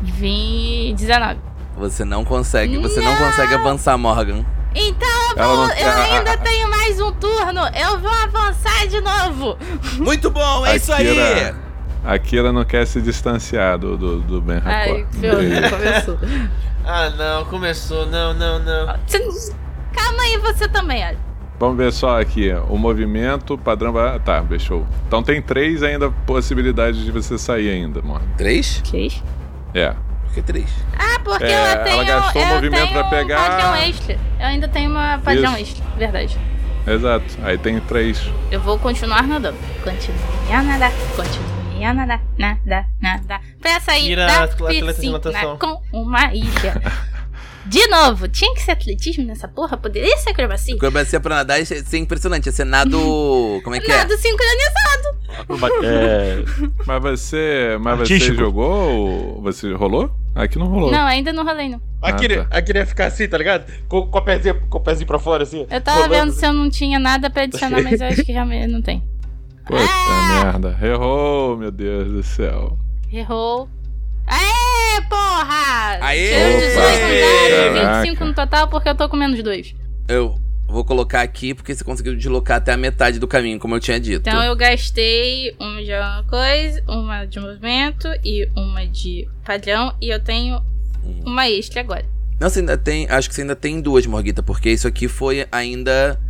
Speaker 3: Vim 19.
Speaker 1: Você não consegue, você não, consegue avançar, Morgan.
Speaker 3: Então eu,
Speaker 2: Ela
Speaker 3: vou,
Speaker 2: não- ah,
Speaker 3: eu
Speaker 2: a- a-
Speaker 3: ainda
Speaker 2: a-
Speaker 3: tenho mais um turno. Eu vou avançar de novo.
Speaker 1: Muito bom, é isso aí!
Speaker 2: A Kira não quer se distanciar do, do, do Ben
Speaker 3: Ai,
Speaker 2: Racor.
Speaker 3: meu, começou.
Speaker 4: Ah, não, começou. Não, não, não.
Speaker 3: Você- Calma aí, você também, olha.
Speaker 2: Vamos ver só aqui. O movimento, padrão. ah, Tá, fechou. Então tem três ainda possibilidades de você sair ainda, mano.
Speaker 1: Três?
Speaker 3: Ok.
Speaker 2: É.
Speaker 1: Por que três?
Speaker 3: Ah, porque
Speaker 2: É,
Speaker 3: eu
Speaker 2: ela
Speaker 3: tenho.
Speaker 2: gastou o
Speaker 3: eu
Speaker 2: movimento
Speaker 3: tenho
Speaker 2: pra
Speaker 3: um
Speaker 2: pegar.
Speaker 3: padrão extra. Eu ainda tenho uma padrão extra, verdade.
Speaker 2: Exato. Aí tem três.
Speaker 3: Eu vou continuar nadando. Continue a nadar. Continue a nadar. Nadar, nadar. Pra sair
Speaker 4: Tira
Speaker 3: da
Speaker 4: atleta de
Speaker 3: piscina
Speaker 4: natação.
Speaker 3: com uma ilha. De novo, tinha que ser atletismo nessa porra? Poderia ser acrobacia?
Speaker 1: Acrobacia pra nadar, isso é isso é impressionante. Esse é nado. Como é que é?
Speaker 3: Nado sincronizado.
Speaker 5: É,
Speaker 2: Mas você. Mas você
Speaker 5: Artístico.
Speaker 2: jogou? ou Você rolou? Aqui não rolou.
Speaker 3: Não, ainda não rolei, não.
Speaker 5: Aqui,
Speaker 2: Ah,
Speaker 5: aqui ele ia ficar assim, tá ligado? Com, com, o pezinho, com o pezinho pra fora, assim.
Speaker 3: Eu tava
Speaker 5: rolando.
Speaker 3: vendo se eu não tinha nada pra adicionar, mas eu acho que realmente não tem.
Speaker 2: Puta
Speaker 3: Ah!
Speaker 2: merda. Errou, meu Deus do céu.
Speaker 3: Errou. Aê, porra!
Speaker 1: Aê!
Speaker 3: Tirei um 18 no dado,
Speaker 2: Caraca.
Speaker 3: 25 no total, porque eu tô com menos dois.
Speaker 1: Eu vou colocar aqui porque você conseguiu deslocar até a metade do caminho, como eu tinha dito.
Speaker 3: Então eu gastei uma de uma coisa, uma de movimento e uma de padrão. E eu tenho
Speaker 1: Hum.
Speaker 3: uma extra agora.
Speaker 1: Não, você ainda tem. Acho que você ainda tem duas, Morguita, porque isso aqui foi ainda.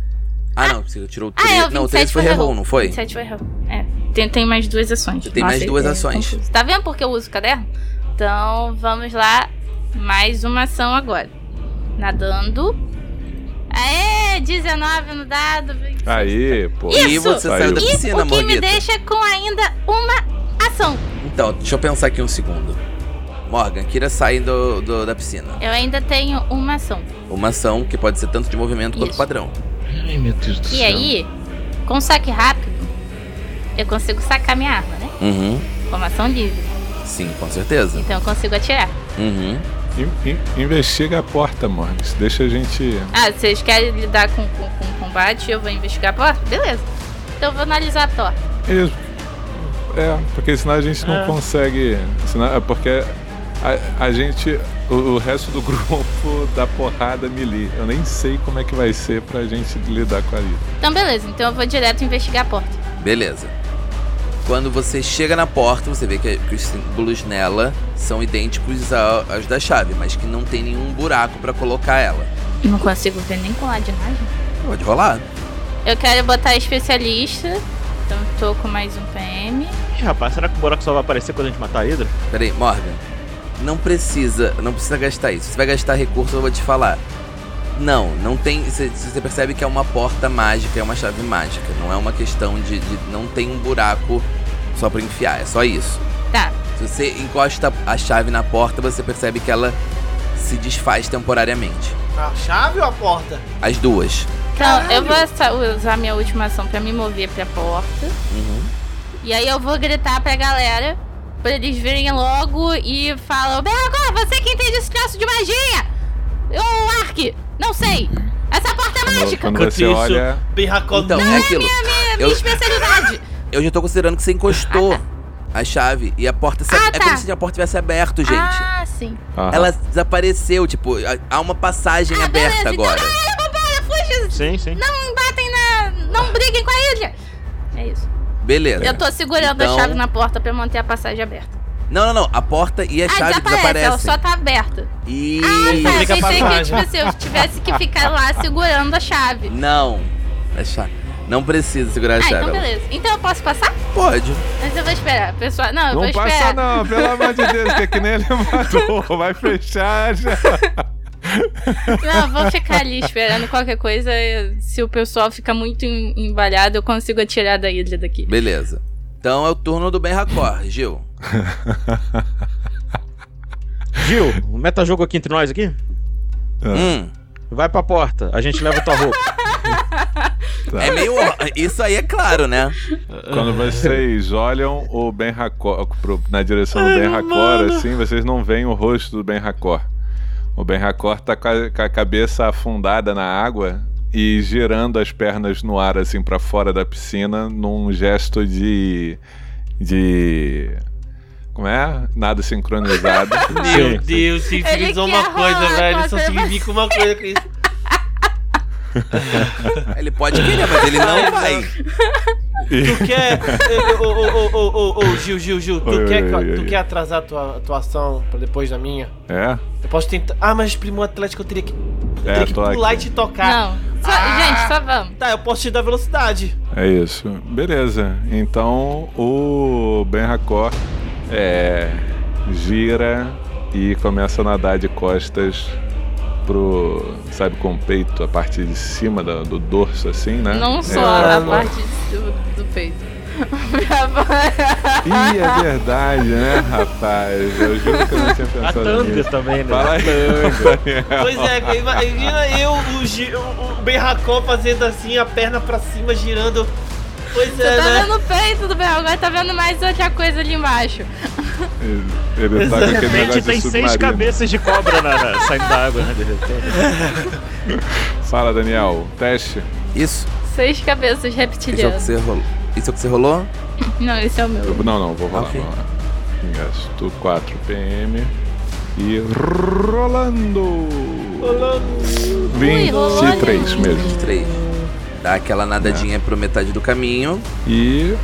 Speaker 1: Ah, não, você tirou
Speaker 3: Ah,
Speaker 1: três.
Speaker 3: é, o
Speaker 1: não,
Speaker 3: 27
Speaker 1: três foi
Speaker 3: foi
Speaker 1: reroll,
Speaker 3: reroll.
Speaker 1: não foi?
Speaker 3: 27 foi errado. É, tem, tem mais duas ações.
Speaker 1: Você tem mais duas
Speaker 3: é
Speaker 1: ações.
Speaker 3: confuso. Tá vendo porque eu uso o caderno? Então vamos lá. Mais uma ação agora. Nadando. Aê, 19 no dado. 26.
Speaker 2: Aí, pô.
Speaker 1: E
Speaker 3: Isso!
Speaker 1: você saiu da
Speaker 2: Isso,
Speaker 1: piscina,
Speaker 3: O que me
Speaker 1: Morguita.
Speaker 3: deixa com ainda uma ação.
Speaker 1: Então, deixa eu pensar aqui um segundo. Morgan, Kira sai do, do- da piscina.
Speaker 3: Eu ainda tenho uma ação.
Speaker 1: Uma ação que pode ser tanto de movimento quanto
Speaker 3: Isso.
Speaker 1: padrão.
Speaker 5: Ai, meu Deus do
Speaker 3: E aí, com saque rápido, eu consigo sacar minha arma, né?
Speaker 1: Uhum.
Speaker 3: Como ação livre.
Speaker 1: Sim, com certeza.
Speaker 3: Então eu consigo atirar.
Speaker 1: Uhum.
Speaker 2: In- in- investiga a porta, Morgs. Deixa a gente.
Speaker 3: Ah, vocês querem lidar com, com, com o combate? Eu vou investigar a porta? Beleza. Então eu vou analisar a porta.
Speaker 2: Isso. É, porque senão a gente não
Speaker 4: É.
Speaker 2: consegue. Senão, é porque a, a gente. O, o resto do grupo dá porrada melee. Eu nem sei como é que vai ser pra gente lidar com a Lita.
Speaker 3: Então beleza, então eu vou direto investigar a porta.
Speaker 1: Beleza. Quando você chega na porta, você vê que, que os símbolos nela são idênticos ao- aos da chave, mas que não tem nenhum buraco pra colocar ela.
Speaker 3: Não consigo ver nem com a de nada.
Speaker 1: Pode rolar.
Speaker 3: Eu quero botar especialista. Então tô com mais um PM.
Speaker 5: Ih, rapaz, será que o buraco só vai aparecer quando a gente matar a Hydra?
Speaker 1: Pera aí, Morgan. Não precisa, não precisa gastar isso. Você vai gastar recurso, eu vou te falar. Não, não tem. Você você percebe que é uma porta mágica, é uma chave mágica. Não é uma questão de, de- não tem um buraco só pra enfiar. É só isso.
Speaker 3: Tá.
Speaker 1: Se você encosta a chave na porta, você percebe que ela se desfaz temporariamente.
Speaker 6: A chave ou a porta?
Speaker 1: As duas.
Speaker 3: Então eu vou essa- usar minha última ação pra me mover pra porta.
Speaker 1: Uhum.
Speaker 3: E aí eu vou gritar pra galera pra eles virem logo e falam: Belagor, você que entende esse troço de magia! Ô, Ark! Não sei! Essa porta é mágica!
Speaker 2: Quando
Speaker 4: Enquanto
Speaker 2: você
Speaker 4: isso-
Speaker 2: olha,
Speaker 4: Pirracó
Speaker 1: Então, é aquilo.
Speaker 3: É a minha
Speaker 1: Eu-
Speaker 3: especialidade! tá.
Speaker 1: Eu já tô considerando que você encostou a chave e a porta se
Speaker 3: Ah,
Speaker 1: É
Speaker 3: tá.
Speaker 1: como se a porta tivesse aberto, gente.
Speaker 3: Ah, sim.
Speaker 2: aham.
Speaker 1: Ela desapareceu, tipo, há- há uma passagem
Speaker 3: Ah,
Speaker 1: aberta
Speaker 3: beleza,
Speaker 1: agora.
Speaker 3: então galera, vambora, fuja!
Speaker 5: Sim, sim.
Speaker 3: Não batem na. Não briguem com a ilha! É isso.
Speaker 1: Beleza.
Speaker 3: Eu tô segurando
Speaker 1: Então-
Speaker 3: a chave na porta pra manter a passagem aberta.
Speaker 1: Não, não, não. A porta e a
Speaker 3: ah,
Speaker 1: chave
Speaker 3: desaparece, ela
Speaker 1: desaparecem.
Speaker 3: só tá aberta.
Speaker 1: E...
Speaker 3: Tá,
Speaker 4: Explica a
Speaker 3: achei que
Speaker 4: passagem.
Speaker 3: tipo, se eu tivesse que ficar lá segurando a chave.
Speaker 1: Não. A chave. Não precisa segurar a
Speaker 3: Ah,
Speaker 1: chave.
Speaker 3: então
Speaker 1: ela-
Speaker 3: beleza. Então eu posso passar?
Speaker 1: Pode.
Speaker 3: Mas eu vou esperar, pessoal. Não, eu vou
Speaker 2: Não
Speaker 3: esperar.
Speaker 2: passa não, pelo amor de Deus, que é que nem elevador, vai fechar já.
Speaker 3: Não, eu vou ficar ali esperando qualquer coisa. Se o pessoal fica muito em- embalhado, eu consigo atirar da ilha daqui.
Speaker 1: Beleza. Então é o turno do Ben Racor, Gil.
Speaker 5: Gil, um metajogo aqui entre nós aqui?
Speaker 1: Hum.
Speaker 5: Vai pra porta, a gente leva tua roupa.
Speaker 2: Tá.
Speaker 1: É meio. Isso aí é claro, né?
Speaker 2: Quando vocês olham o Ben Racor, pro- na direção do Ben Racor, assim, vocês não veem o rosto do Ben Racor. O Ben Racor tá com a, com a cabeça afundada na água e girando as pernas no ar, assim, pra fora da piscina, num gesto de. de. Como é? Nada sincronizado.
Speaker 4: Meu Deus, significou
Speaker 3: Ele
Speaker 4: uma
Speaker 3: quer
Speaker 4: coisa,
Speaker 3: rolar
Speaker 4: velho. Só
Speaker 3: contra
Speaker 4: significa uma coisa com isso.
Speaker 1: Ele pode querer, mas ele não
Speaker 4: Ai,
Speaker 1: vai.
Speaker 4: Tu quer. Ô, ô, ô, ô, ô, ô, Gil, Gil, Gil, tu,
Speaker 2: Oi,
Speaker 4: quer,
Speaker 2: oi,
Speaker 4: que-
Speaker 2: oi,
Speaker 4: tu
Speaker 2: oi.
Speaker 4: quer atrasar a tua atuação pra depois da minha?
Speaker 2: É?
Speaker 4: Eu posso tentar. Ah, mas primo Atlético eu teria que, eu
Speaker 2: É,
Speaker 4: teria que
Speaker 2: tô aqui.
Speaker 4: pular e te tocar.
Speaker 3: Não. Só- Gente, só vamos.
Speaker 4: Tá, eu posso te dar velocidade.
Speaker 2: É isso. Beleza. Então o Ben Racor é, gira e começa a nadar de costas pro. sabe, com o peito, a parte de cima da- do, dorso, assim, né?
Speaker 3: Não só
Speaker 2: é,
Speaker 3: a
Speaker 2: pra-
Speaker 3: parte do, do peito. Pra-
Speaker 2: Ih, é verdade, né, rapaz? Eu juro que eu não tinha pensado nisso.
Speaker 5: também, né?
Speaker 2: Fala aí, Daniel.
Speaker 4: Pois é, ima- imagina eu, o, Gi- o, o Berracó fazendo assim, a perna pra cima, girando. Pois
Speaker 3: Você
Speaker 4: é,
Speaker 3: tá
Speaker 4: né?
Speaker 3: vendo o peito do Bel, agora tá vendo mais outra coisa ali embaixo.
Speaker 2: Ele tá com aquele negócio
Speaker 5: Gente,
Speaker 2: de
Speaker 5: tem seis
Speaker 2: submarino.
Speaker 5: cabeças de cobra na, na- saindo da água, né? de repente.
Speaker 2: Fala, Daniel. Teste.
Speaker 1: Isso.
Speaker 3: Seis cabeças
Speaker 1: Isso é o que
Speaker 3: reptilianas.
Speaker 1: você rolou. Isso é o que você rolou?
Speaker 3: Não, esse é o meu.
Speaker 2: Eu- Não, não, vou rolar,
Speaker 1: Ok.
Speaker 2: vou rolar. Gasto 4 PM e rolando! Rolando! 23
Speaker 3: rolando.
Speaker 2: mesmo.
Speaker 1: 23. Dá aquela nadadinha pro metade do caminho.
Speaker 2: E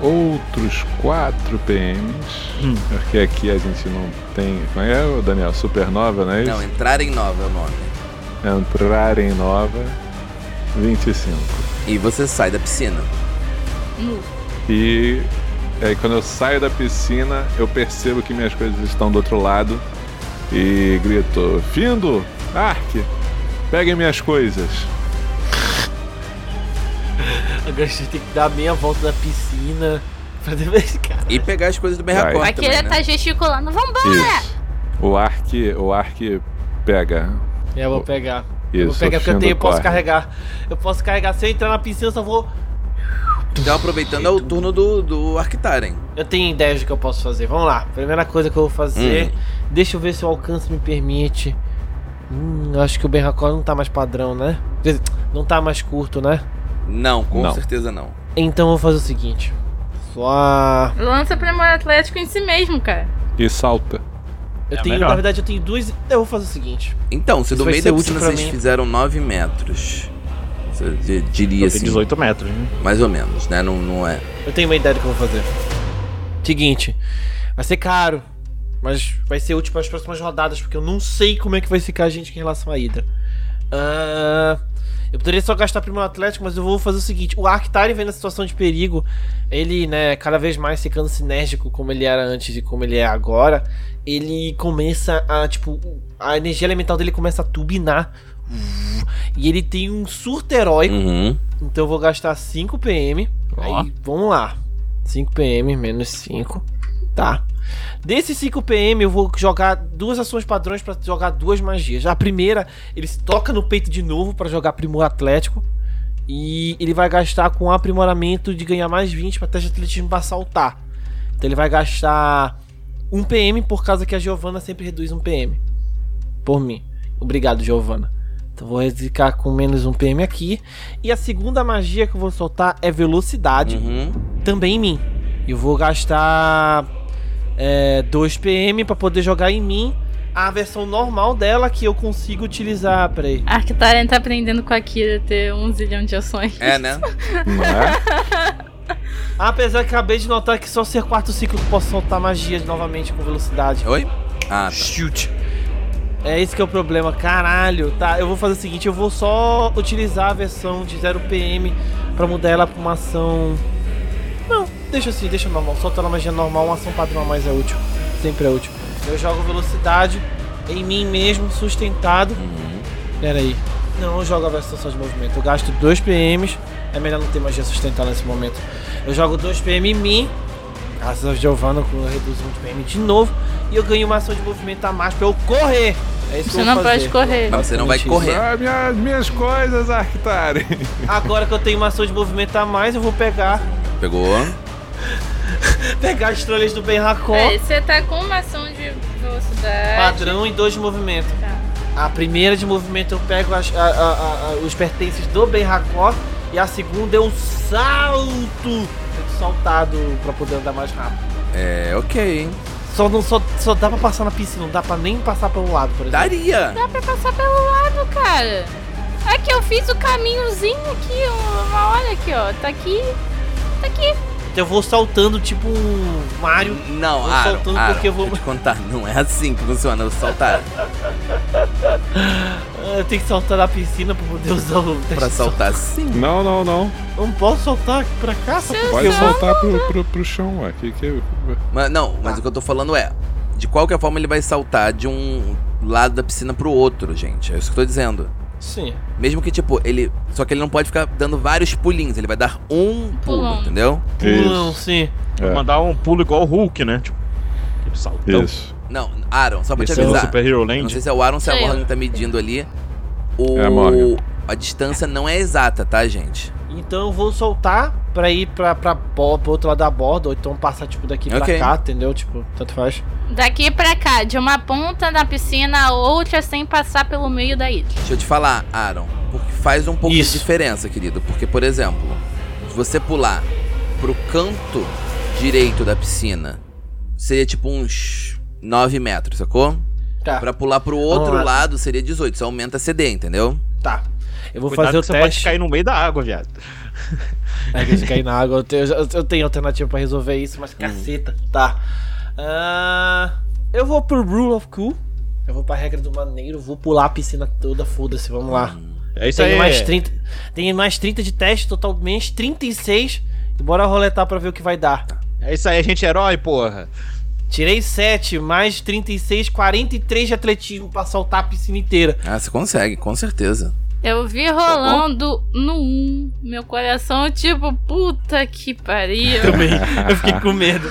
Speaker 2: outros 4 PMs,
Speaker 1: Hum.
Speaker 2: porque aqui a gente não tem. Como é, ô, Daniel? Supernova, não é isso?
Speaker 1: Não, entrar em nova é o nome.
Speaker 2: Entrar em nova, 25.
Speaker 1: E você sai da piscina.
Speaker 2: E aí quando eu saio da piscina, eu percebo que minhas coisas estão do outro lado e grito: "Findo, Ark, peguem minhas coisas".
Speaker 4: Agora a gente tem que dar meia volta da piscina. Pra depois, cara.
Speaker 1: E pegar as coisas do Ben
Speaker 2: Vai.
Speaker 1: Racor.
Speaker 3: Aqui ele
Speaker 1: também, né?
Speaker 3: tá gesticulando.
Speaker 4: Ah, é.
Speaker 3: Vambora!
Speaker 2: Isso. O Ark, o Ark pega.
Speaker 4: É, eu vou pegar. eu vou
Speaker 2: Isso.
Speaker 4: pegar porque eu,
Speaker 2: Findo
Speaker 4: tenho, eu posso
Speaker 2: corre.
Speaker 4: carregar. Eu posso carregar. Se eu entrar na piscina, eu só vou.
Speaker 1: Então, aproveitando, é o turno do, do Arctaren.
Speaker 4: Eu tenho ideias do que eu posso fazer. Vamos lá. Primeira coisa que eu vou fazer.
Speaker 1: Hum.
Speaker 4: Deixa eu ver se o alcance me permite. Hum, eu acho que o Berracó não tá mais padrão, né? Quer dizer, Não tá mais curto, né?
Speaker 1: Não, com
Speaker 2: Não.
Speaker 1: certeza não.
Speaker 4: Então eu vou fazer o seguinte. Só.
Speaker 3: Lança Primor Atlético em si mesmo, cara.
Speaker 2: E salta.
Speaker 4: Eu
Speaker 5: É
Speaker 4: tenho.
Speaker 5: melhor.
Speaker 4: Na verdade, eu tenho duas. Eu vou fazer o seguinte.
Speaker 1: Então, se
Speaker 4: Isso
Speaker 1: do
Speaker 4: vai
Speaker 1: meio
Speaker 4: ser
Speaker 1: da
Speaker 4: útil
Speaker 1: piscina
Speaker 4: pra
Speaker 1: vocês
Speaker 4: mim.
Speaker 1: fizeram 9 metros, Você di- diria
Speaker 5: Tem
Speaker 1: assim,
Speaker 5: 18 metros, né?
Speaker 1: mais ou menos, né? Não, não é.
Speaker 4: Eu tenho uma ideia do que eu vou fazer. Seguinte, vai ser caro, mas vai ser útil para as próximas rodadas, porque eu não sei como é que vai ficar a gente em relação à Hydra. Ah, eu poderia só gastar primeiro Atlético, mas eu vou fazer o seguinte: o Arctari vem na situação de perigo, ele, né, cada vez mais ficando sinérgico como ele era antes e como ele é agora, ele começa a, tipo, a energia elemental dele começa a turbinar. E ele tem um surto heróico
Speaker 1: Uhum.
Speaker 4: então eu vou gastar 5 PM. Aí, vamos lá. 5 PM menos 5. Tá. Desses 5 PM, eu vou jogar duas ações padrões pra jogar duas magias. A primeira, ele se toca no peito de novo pra jogar Primor Atlético. E ele vai gastar com aprimoramento de ganhar mais 20 pra teste de atletismo pra saltar. Então ele vai gastar 1 PM por causa que a Giovanna sempre reduz 1 PM. Por mim. Obrigado, Giovanna. Então vou ficar com menos 1 PM aqui. E a segunda magia que eu vou soltar é velocidade,
Speaker 1: Uhum.
Speaker 4: também em mim. Eu vou gastar é, 2 PM pra poder jogar em mim a versão normal dela que eu consigo utilizar. Peraí.
Speaker 3: A Arctarian tá aprendendo com a Kira a ter um zilhão de ações.
Speaker 1: É, né?
Speaker 2: Não é?
Speaker 4: Apesar que acabei de notar que só ser quarto ciclo que eu posso soltar magias novamente com velocidade.
Speaker 1: Oi? Ah, tá.
Speaker 4: Shoot. É esse que é o problema, caralho. Tá, eu vou fazer o seguinte, eu vou só utilizar a versão de 0 PM pra mudar ela pra uma ação. Não, deixa assim, deixa normal. Solta ela magia normal, uma ação padrão a mais é útil. Sempre é útil. Eu jogo velocidade em mim mesmo, sustentado. Pera aí. Não, eu jogo a versão só de movimento. Eu gasto 2 PMs. É melhor não ter magia sustentada nesse momento. Eu jogo 2 PM em mim. Graças a Giovanna, com eu reduzo 1 PM de novo. E eu ganho uma ação de movimento a mais pra eu correr. É isso que
Speaker 3: Você
Speaker 4: eu vou
Speaker 3: não pode
Speaker 4: fazer. Tá.
Speaker 3: correr.
Speaker 1: Mas você não vai
Speaker 4: Basicamente
Speaker 1: correr.
Speaker 2: Ah, minhas, minhas coisas, Arctari.
Speaker 4: Agora que eu tenho uma ação de movimento a mais, eu vou pegar,
Speaker 1: Pegou.
Speaker 4: pegar as trolhas do Ben Hakon.
Speaker 3: É, você tá com uma ação de velocidade.
Speaker 4: Padrão e dois de movimento.
Speaker 3: Tá.
Speaker 4: A primeira de movimento eu pego as- a- a- a- os pertences do Ben Hakon. E a segunda eu salto. Eu tô saltado pra poder andar mais rápido.
Speaker 1: É, ok.
Speaker 4: Só, não, só, só dá pra passar na piscina, não dá pra nem passar pelo lado, por exemplo.
Speaker 1: Daria.
Speaker 3: Dá pra passar pelo lado, cara. Aqui, eu fiz o caminhozinho aqui, uma hora aqui, ó. Tá aqui. Tá aqui.
Speaker 4: Então eu vou saltando tipo um Mario.
Speaker 1: Não,
Speaker 4: Vou
Speaker 1: Aaron,
Speaker 4: soltando
Speaker 1: Aaron,
Speaker 4: porque eu vou-
Speaker 1: vou te contar. Não é assim que funciona o saltar.
Speaker 4: Ah, Eu tenho que saltar na piscina pra poder usar o
Speaker 1: pra saltar sim.
Speaker 2: Não, não, não.
Speaker 4: Eu Não posso saltar pra cá, só pra
Speaker 2: Pode soltar pro, pro, pro chão, ué. Que, que...
Speaker 1: Mas,
Speaker 4: Tá.
Speaker 1: não, mas o que eu tô falando é, de qualquer forma ele vai saltar de um lado da piscina pro outro, gente. É isso que eu tô dizendo.
Speaker 4: Sim.
Speaker 1: Mesmo que, tipo, ele. Só que ele não pode ficar dando vários pulinhos, ele vai dar um pulo,
Speaker 3: Pulão.
Speaker 1: entendeu?
Speaker 4: Pulão,
Speaker 2: Isso.
Speaker 4: sim.
Speaker 2: É.
Speaker 5: Mandar um pulo igual o Hulk, né? Tipo, aquele saltão.
Speaker 2: Isso.
Speaker 1: Não, Aaron, só pra
Speaker 5: Esse
Speaker 1: te
Speaker 5: é o
Speaker 1: avisar.
Speaker 5: Super Hero
Speaker 1: Eu Não
Speaker 5: Land.
Speaker 1: sei se é o Aaron ou se é a
Speaker 3: Sei eu.
Speaker 1: Morgan que tá medindo ali. O...
Speaker 2: É a Morgan.
Speaker 1: A distância não é exata, tá, gente?
Speaker 4: Então eu vou soltar pra ir pra, pra, bo- pro outro lado da borda, ou então passar, tipo, daqui
Speaker 1: Ok.
Speaker 4: pra cá, entendeu? Tipo, tanto faz.
Speaker 3: Daqui pra cá, de uma ponta da piscina a outra sem passar pelo meio da ilha.
Speaker 1: Deixa eu te falar, Aaron, porque faz um pouco
Speaker 4: Isso.
Speaker 1: de diferença, querido. Porque, por exemplo, se você pular pro canto direito da piscina, seria tipo uns 9 metros, sacou?
Speaker 4: Tá,
Speaker 1: Pra pular pro outro
Speaker 4: Vamos lá.
Speaker 1: lado seria 18, só aumenta a CD, entendeu?
Speaker 4: tá. Eu vou
Speaker 5: Cuidado
Speaker 4: fazer o
Speaker 5: que você pode
Speaker 4: teste.
Speaker 5: cair no meio da água, viado.
Speaker 4: É que se cair na água, eu tenho, eu- eu tenho alternativa pra resolver isso,
Speaker 5: Hum.
Speaker 4: mas caceta. Tá. Ah, eu vou pro Rule of Cool. Eu vou pra regra do maneiro, vou pular a piscina toda, foda-se, vamos lá.
Speaker 5: É isso aí.
Speaker 4: Tenho mais 30. Tenho mais 30 de teste, total menos 36. E bora roletar pra ver o que vai dar.
Speaker 5: É isso aí, a gente é herói, porra.
Speaker 4: Tirei 7, mais 36, 43 de atletismo pra saltar a piscina inteira.
Speaker 1: Ah, você consegue, com certeza.
Speaker 3: Eu
Speaker 4: Tá
Speaker 3: vi rolando no 1. Meu coração, tipo, puta que pariu.
Speaker 4: Também. Eu fiquei com medo.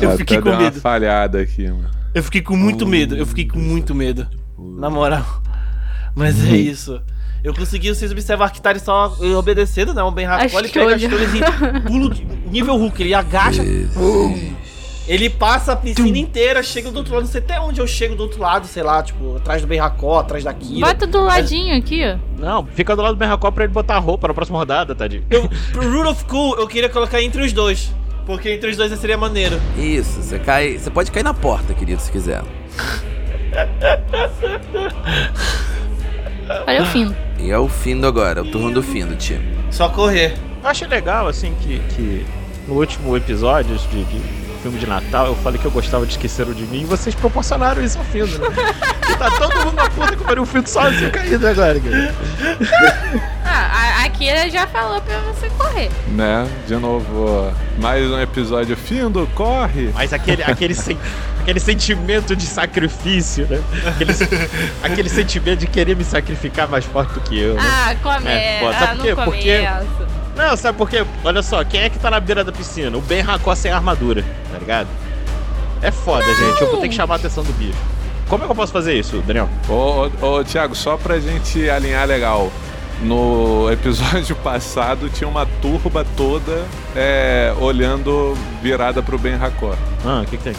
Speaker 4: Eu
Speaker 2: Até
Speaker 4: fiquei
Speaker 2: deu
Speaker 4: com
Speaker 2: uma
Speaker 4: medo.
Speaker 2: falhada aqui, mano.
Speaker 4: Eu fiquei com muito medo. Eu fiquei com muito medo. Na moral. Mas é isso. Eu consegui, vocês observar que Tari só obedecendo, não. Bem
Speaker 3: Acho
Speaker 4: rápido. Ele
Speaker 3: que
Speaker 4: pega as
Speaker 3: olha.
Speaker 4: coisas e pulo de- nível Hulk. Ele agacha. Ele passa a piscina inteira, chega do outro lado. Não sei até onde eu chego do outro lado, sei lá, tipo, atrás do Ben Racó, atrás da Kira.
Speaker 3: Bota do ladinho aqui, ó.
Speaker 5: Não, fica do lado do Merracó pra ele botar a roupa na próxima rodada, tadinho.
Speaker 4: Eu, pro Rule of Cool, eu queria colocar entre os dois. Porque entre os dois seria maneiro.
Speaker 1: Isso, você cai. Você pode cair na porta, querido, se quiser.
Speaker 3: Olha o fim.
Speaker 1: E é o Findo agora, o turno do Findo, tia.
Speaker 6: Só correr.
Speaker 5: Eu achei legal, assim, que, que no último episódio de, de filme de Natal eu falei que eu gostava de Esqueceram de Mim e vocês proporcionaram isso ao Findo, né? E tá todo mundo na puta que pariu o Findo sozinho caído agora, cara.
Speaker 3: Ah, a, a Kira já falou pra você correr.
Speaker 2: Né? De novo, ó. mais um episódio findo, corre!
Speaker 5: Mas aquele, aquele, sen- aquele sentimento de sacrifício, né? Aquele, se- aquele sentimento de querer me sacrificar mais forte do que eu, né?
Speaker 3: Ah, come.
Speaker 5: É, pô, sabe
Speaker 3: ah,
Speaker 5: por quê?
Speaker 3: não começa.
Speaker 5: Porque- Não, sabe por quê? Olha só, quem é que tá na beira da piscina? O Ben Racó sem armadura, tá ligado? É foda, gente. Eu vou ter que chamar a atenção do bicho. Como é que eu posso fazer isso, Daniel?
Speaker 2: Ô, ô, ô, Thiago, só pra gente alinhar legal. No episódio passado tinha uma turba toda é, olhando virada pro Ben Racor.
Speaker 5: Ah, o que, que tem?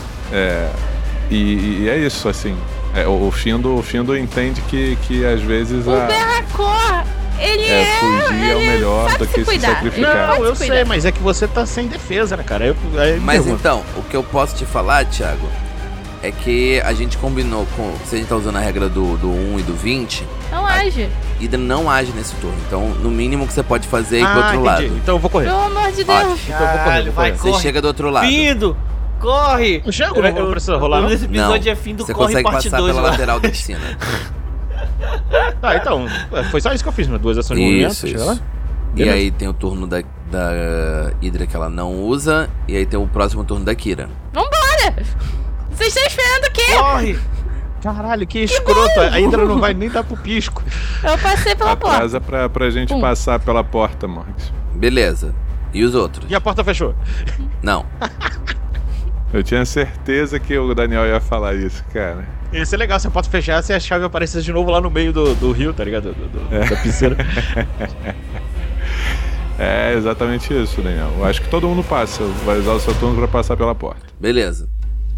Speaker 2: E, e é isso, assim. É, o, o Findo, o Findo entende que, que às vezes
Speaker 3: O
Speaker 2: a,
Speaker 3: Berracor, ele
Speaker 2: Ah. é,
Speaker 3: é.
Speaker 2: fugir é o
Speaker 3: ele
Speaker 2: melhor
Speaker 3: sabe
Speaker 2: do
Speaker 3: se
Speaker 2: que se
Speaker 3: cuidar.
Speaker 2: sacrificar.
Speaker 3: Não,
Speaker 5: Não, eu
Speaker 3: se
Speaker 5: sei,
Speaker 3: cuidar.
Speaker 5: mas é que você tá sem defesa, né, cara? Eu, aí,
Speaker 1: Mas
Speaker 5: meu,
Speaker 1: então, o que eu posso te falar, Thiago, é que a gente combinou com. Se a gente tá usando a regra do, do 1 e do 20,
Speaker 3: Não age.
Speaker 1: Hydra não age nesse turno. Então, no mínimo que você pode fazer é ir pro
Speaker 5: ah,
Speaker 1: outro
Speaker 5: entendi.
Speaker 1: lado.
Speaker 5: Então eu vou correr.
Speaker 3: Pelo amor de Deus.
Speaker 5: Então eu vou correr,
Speaker 6: Caralho,
Speaker 5: vou
Speaker 6: vai
Speaker 5: correr.
Speaker 1: Você
Speaker 6: corre.
Speaker 1: chega do outro lado.
Speaker 4: Findo, corre!
Speaker 5: Eu chego, não vou precisar rolar, né? não?
Speaker 4: O nome desse episódio é Findo,
Speaker 1: Você
Speaker 4: corre
Speaker 1: consegue
Speaker 4: parte
Speaker 1: passar
Speaker 4: 2
Speaker 1: pela
Speaker 4: lá.
Speaker 1: lateral da piscina.
Speaker 5: Tá, então, foi só isso que eu fiz, né? Duas ações de movimento,
Speaker 1: isso,
Speaker 5: chega
Speaker 1: isso.
Speaker 5: lá.
Speaker 1: E
Speaker 5: Beleza.
Speaker 1: aí tem o turno da, da Hydra que ela não usa. E aí tem o próximo turno da Kira.
Speaker 3: Vambora! Vocês estão esperando o quê?
Speaker 6: Corre!
Speaker 5: Caralho, que escroto. A Indra não vai nem dar pro pisco.
Speaker 3: Eu passei pela porta.
Speaker 2: Atrasa pra, pra gente
Speaker 3: Hum.
Speaker 2: passar pela porta, Morgs.
Speaker 1: Beleza. E os outros?
Speaker 5: E a porta fechou.
Speaker 1: Não.
Speaker 2: Eu tinha certeza que o Daniel ia falar isso, cara.
Speaker 5: Ia ser é legal se a porta fechasse e a chave aparecesse de novo lá no meio do, do rio, tá ligado? Do- do- Da piscina.
Speaker 2: É exatamente isso, Daniel. Eu acho que todo mundo passa. Vai usar o seu turno pra passar pela porta.
Speaker 1: Beleza.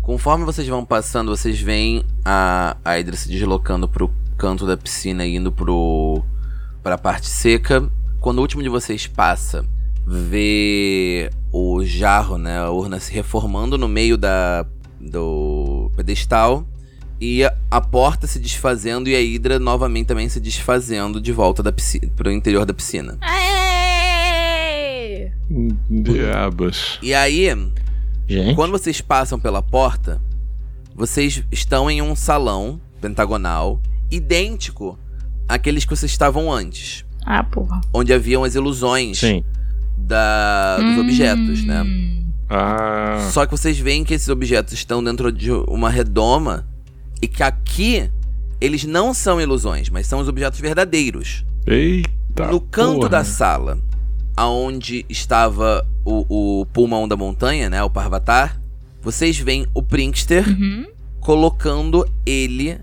Speaker 1: Conforme vocês vão passando, vocês veem a, a Hydra se deslocando pro canto da piscina e indo pro, pra parte seca. Quando o último de vocês passa, vê o jarro, né, a urna se reformando no meio da, do pedestal e a, a porta se desfazendo e a Hydra novamente também se desfazendo de volta da piscina, pro interior da piscina.
Speaker 3: Aê!
Speaker 2: Diabos.
Speaker 1: E aí,
Speaker 5: Gente.
Speaker 1: Quando vocês passam pela porta, vocês estão em um salão pentagonal idêntico àqueles que vocês estavam antes,
Speaker 3: Ah, porra.
Speaker 1: onde haviam as ilusões
Speaker 5: Sim.
Speaker 1: da- Ah, dos
Speaker 3: Hum.
Speaker 1: objetos, né?
Speaker 2: Ah.
Speaker 1: Só que vocês veem que esses objetos estão dentro de uma redoma e que aqui eles não são ilusões, mas são os objetos verdadeiros.
Speaker 2: Eita.
Speaker 1: no canto
Speaker 2: porra. né?
Speaker 1: da sala, aonde estava o, o pulmão da montanha, né, o Parvatar, vocês veem o Prinkster
Speaker 3: Uhum.
Speaker 1: colocando ele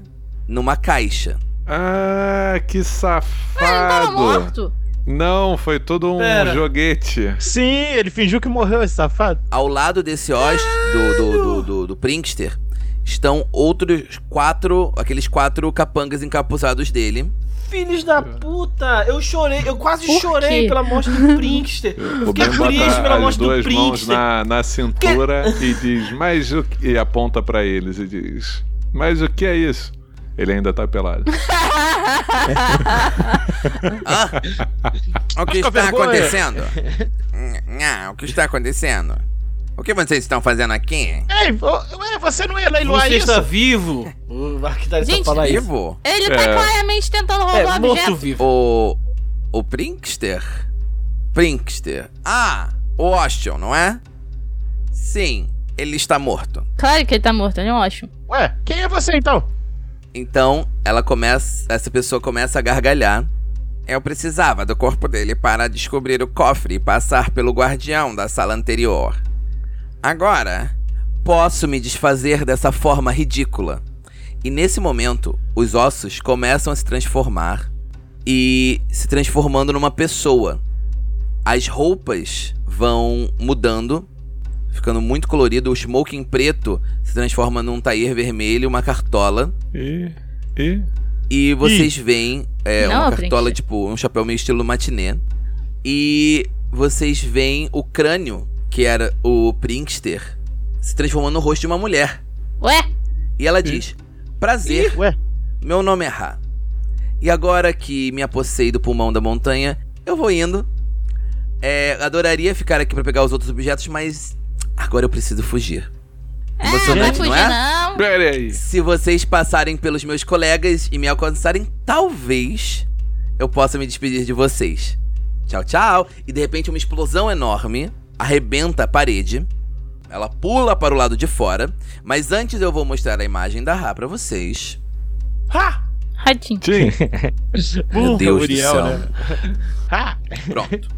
Speaker 1: numa caixa.
Speaker 2: Ah, que
Speaker 3: Tava
Speaker 2: safado.
Speaker 3: tá morto.
Speaker 2: Não, foi todo um
Speaker 6: Pera.
Speaker 2: joguete.
Speaker 5: Sim, ele fingiu que morreu, esse safado.
Speaker 1: Ao lado desse host do, do, do, do, do Prinkster estão outros quatro, aqueles quatro capangas encapuzados dele.
Speaker 4: Filhos da puta! Eu chorei, eu quase
Speaker 3: Por
Speaker 4: chorei
Speaker 3: quê?
Speaker 4: pela morte do Prinkster. Eu
Speaker 2: O Ben
Speaker 4: fiquei triste
Speaker 2: bota
Speaker 4: pela
Speaker 2: as
Speaker 4: morte do
Speaker 2: duas mãos
Speaker 4: Prinkster.
Speaker 2: na, na cintura e diz, mas o que... E aponta pra eles e diz, mas o que é isso? Ele ainda tá pelado.
Speaker 1: Hã? Ah, o que
Speaker 5: Acho que a
Speaker 1: está
Speaker 5: vergonha-
Speaker 1: acontecendo? Nha, o que está acontecendo? O que vocês estão fazendo aqui?
Speaker 5: Ei, vo- ué, você não ia leiloar
Speaker 4: Você
Speaker 5: isso?
Speaker 4: está vivo?
Speaker 6: O arquiteto
Speaker 3: Gente,
Speaker 6: fala isso.
Speaker 1: Vivo?
Speaker 3: Ele tá
Speaker 2: É.
Speaker 3: claramente tentando
Speaker 4: É,
Speaker 3: roubar
Speaker 4: morto
Speaker 3: objeto.
Speaker 4: vivo.
Speaker 1: O. O Prinkster? Prinkster. Ah, o Ostion, não é? Sim, ele está morto.
Speaker 3: Claro que ele tá morto, eu não acho.
Speaker 5: Ué, quem é você então?
Speaker 1: Então, ela começa. Essa pessoa começa a gargalhar. Eu precisava do corpo dele para descobrir o cofre e passar pelo guardião da sala anterior. Agora, posso me desfazer dessa forma ridícula. E nesse momento, os ossos começam a se transformar e se transformando numa pessoa. As roupas vão mudando, ficando muito colorido. O smoking preto se transforma num tair vermelho, uma cartola.
Speaker 2: E... E...
Speaker 1: E vocês veem é,
Speaker 3: Não,
Speaker 1: uma
Speaker 3: Frank.
Speaker 1: cartola, tipo, um chapéu meio estilo matinê. E vocês veem o crânio, que era o Prinkster, se transformando no rosto de uma mulher.
Speaker 3: Ué?
Speaker 1: E ela diz: Prazer.
Speaker 5: Ih, ué.
Speaker 1: Meu nome é Ra. E agora que me apossei do pulmão da montanha, eu vou indo. É, adoraria ficar aqui pra pegar os outros objetos, mas agora eu preciso fugir. E você, é?
Speaker 3: Não É, vai
Speaker 1: ouvinte,
Speaker 3: fugir, não.
Speaker 2: Pera aí.
Speaker 1: Se vocês passarem pelos meus colegas e me alcançarem, talvez eu possa me despedir de vocês. Tchau, tchau. E de repente uma explosão enorme arrebenta a parede. Ela pula para o lado de fora. Mas antes eu vou mostrar a imagem da Ra pra vocês.
Speaker 3: Ratinho.
Speaker 2: Sim.
Speaker 1: Meu
Speaker 5: Burra,
Speaker 1: Deus
Speaker 5: Uriel,
Speaker 1: do céu.
Speaker 5: né? Ah,
Speaker 1: Pronto.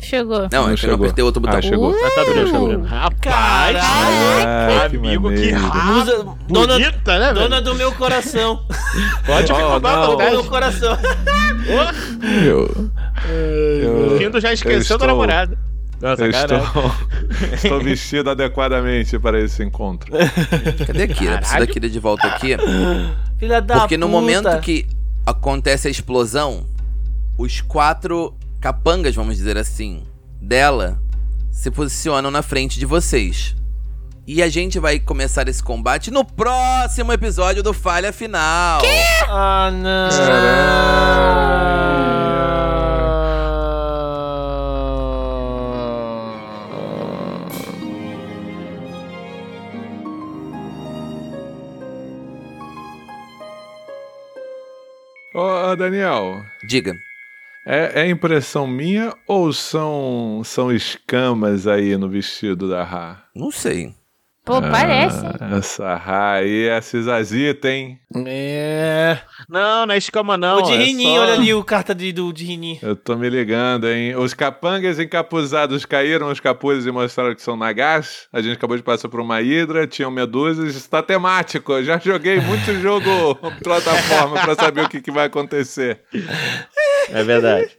Speaker 3: Chegou. Uh,
Speaker 1: Não,
Speaker 2: Não
Speaker 1: é que eu não
Speaker 2: chegou.
Speaker 1: apertei o outro botão.
Speaker 2: Ah, chegou. Ah, tá abrindo, tá abrindo.
Speaker 4: Rapaz,
Speaker 2: Ah,
Speaker 5: amigo, que
Speaker 2: maneiro.
Speaker 5: rabo
Speaker 4: musa, dona,
Speaker 5: bonita, né, velho?
Speaker 4: dona do meu coração.
Speaker 5: Pode me
Speaker 2: Oh,
Speaker 5: roubar
Speaker 2: não.
Speaker 5: a
Speaker 4: do meu
Speaker 5: vontade.
Speaker 4: coração.
Speaker 2: Eu,
Speaker 5: O Lindo já esqueceu
Speaker 2: estou-
Speaker 5: da namorada. Nossa,
Speaker 2: eu
Speaker 5: caralho.
Speaker 2: estou, estou vestido adequadamente para esse encontro.
Speaker 1: Cadê a Kira? Preciso da Kira de volta aqui.
Speaker 4: Filha da
Speaker 1: Porque no
Speaker 4: puta.
Speaker 1: momento que acontece a explosão, os quatro capangas, vamos dizer assim, dela se posicionam na frente de vocês. E a gente vai começar esse combate no próximo episódio do Falha Final.
Speaker 4: Ah, não.
Speaker 2: Ô, ô, Daniel,
Speaker 1: Diga.
Speaker 2: é, é impressão minha ou são, são escamas aí no vestido da Ra?
Speaker 1: Não sei.
Speaker 3: Pô, parece.
Speaker 2: Ah, essa Ra aí é cisazita, hein?
Speaker 4: É.
Speaker 5: Não, não é escama, não.
Speaker 4: o de
Speaker 5: é
Speaker 4: Rininho,
Speaker 5: só-
Speaker 4: olha ali o carta de, do de Rininho.
Speaker 2: Eu tô me ligando, hein? Os capangas encapuzados caíram os capuzes e mostraram que são nagás. A gente acabou de passar por uma hidra, tinham medusas. Está temático. Eu já joguei muito jogo plataforma pra saber o que, que vai acontecer.
Speaker 5: É verdade.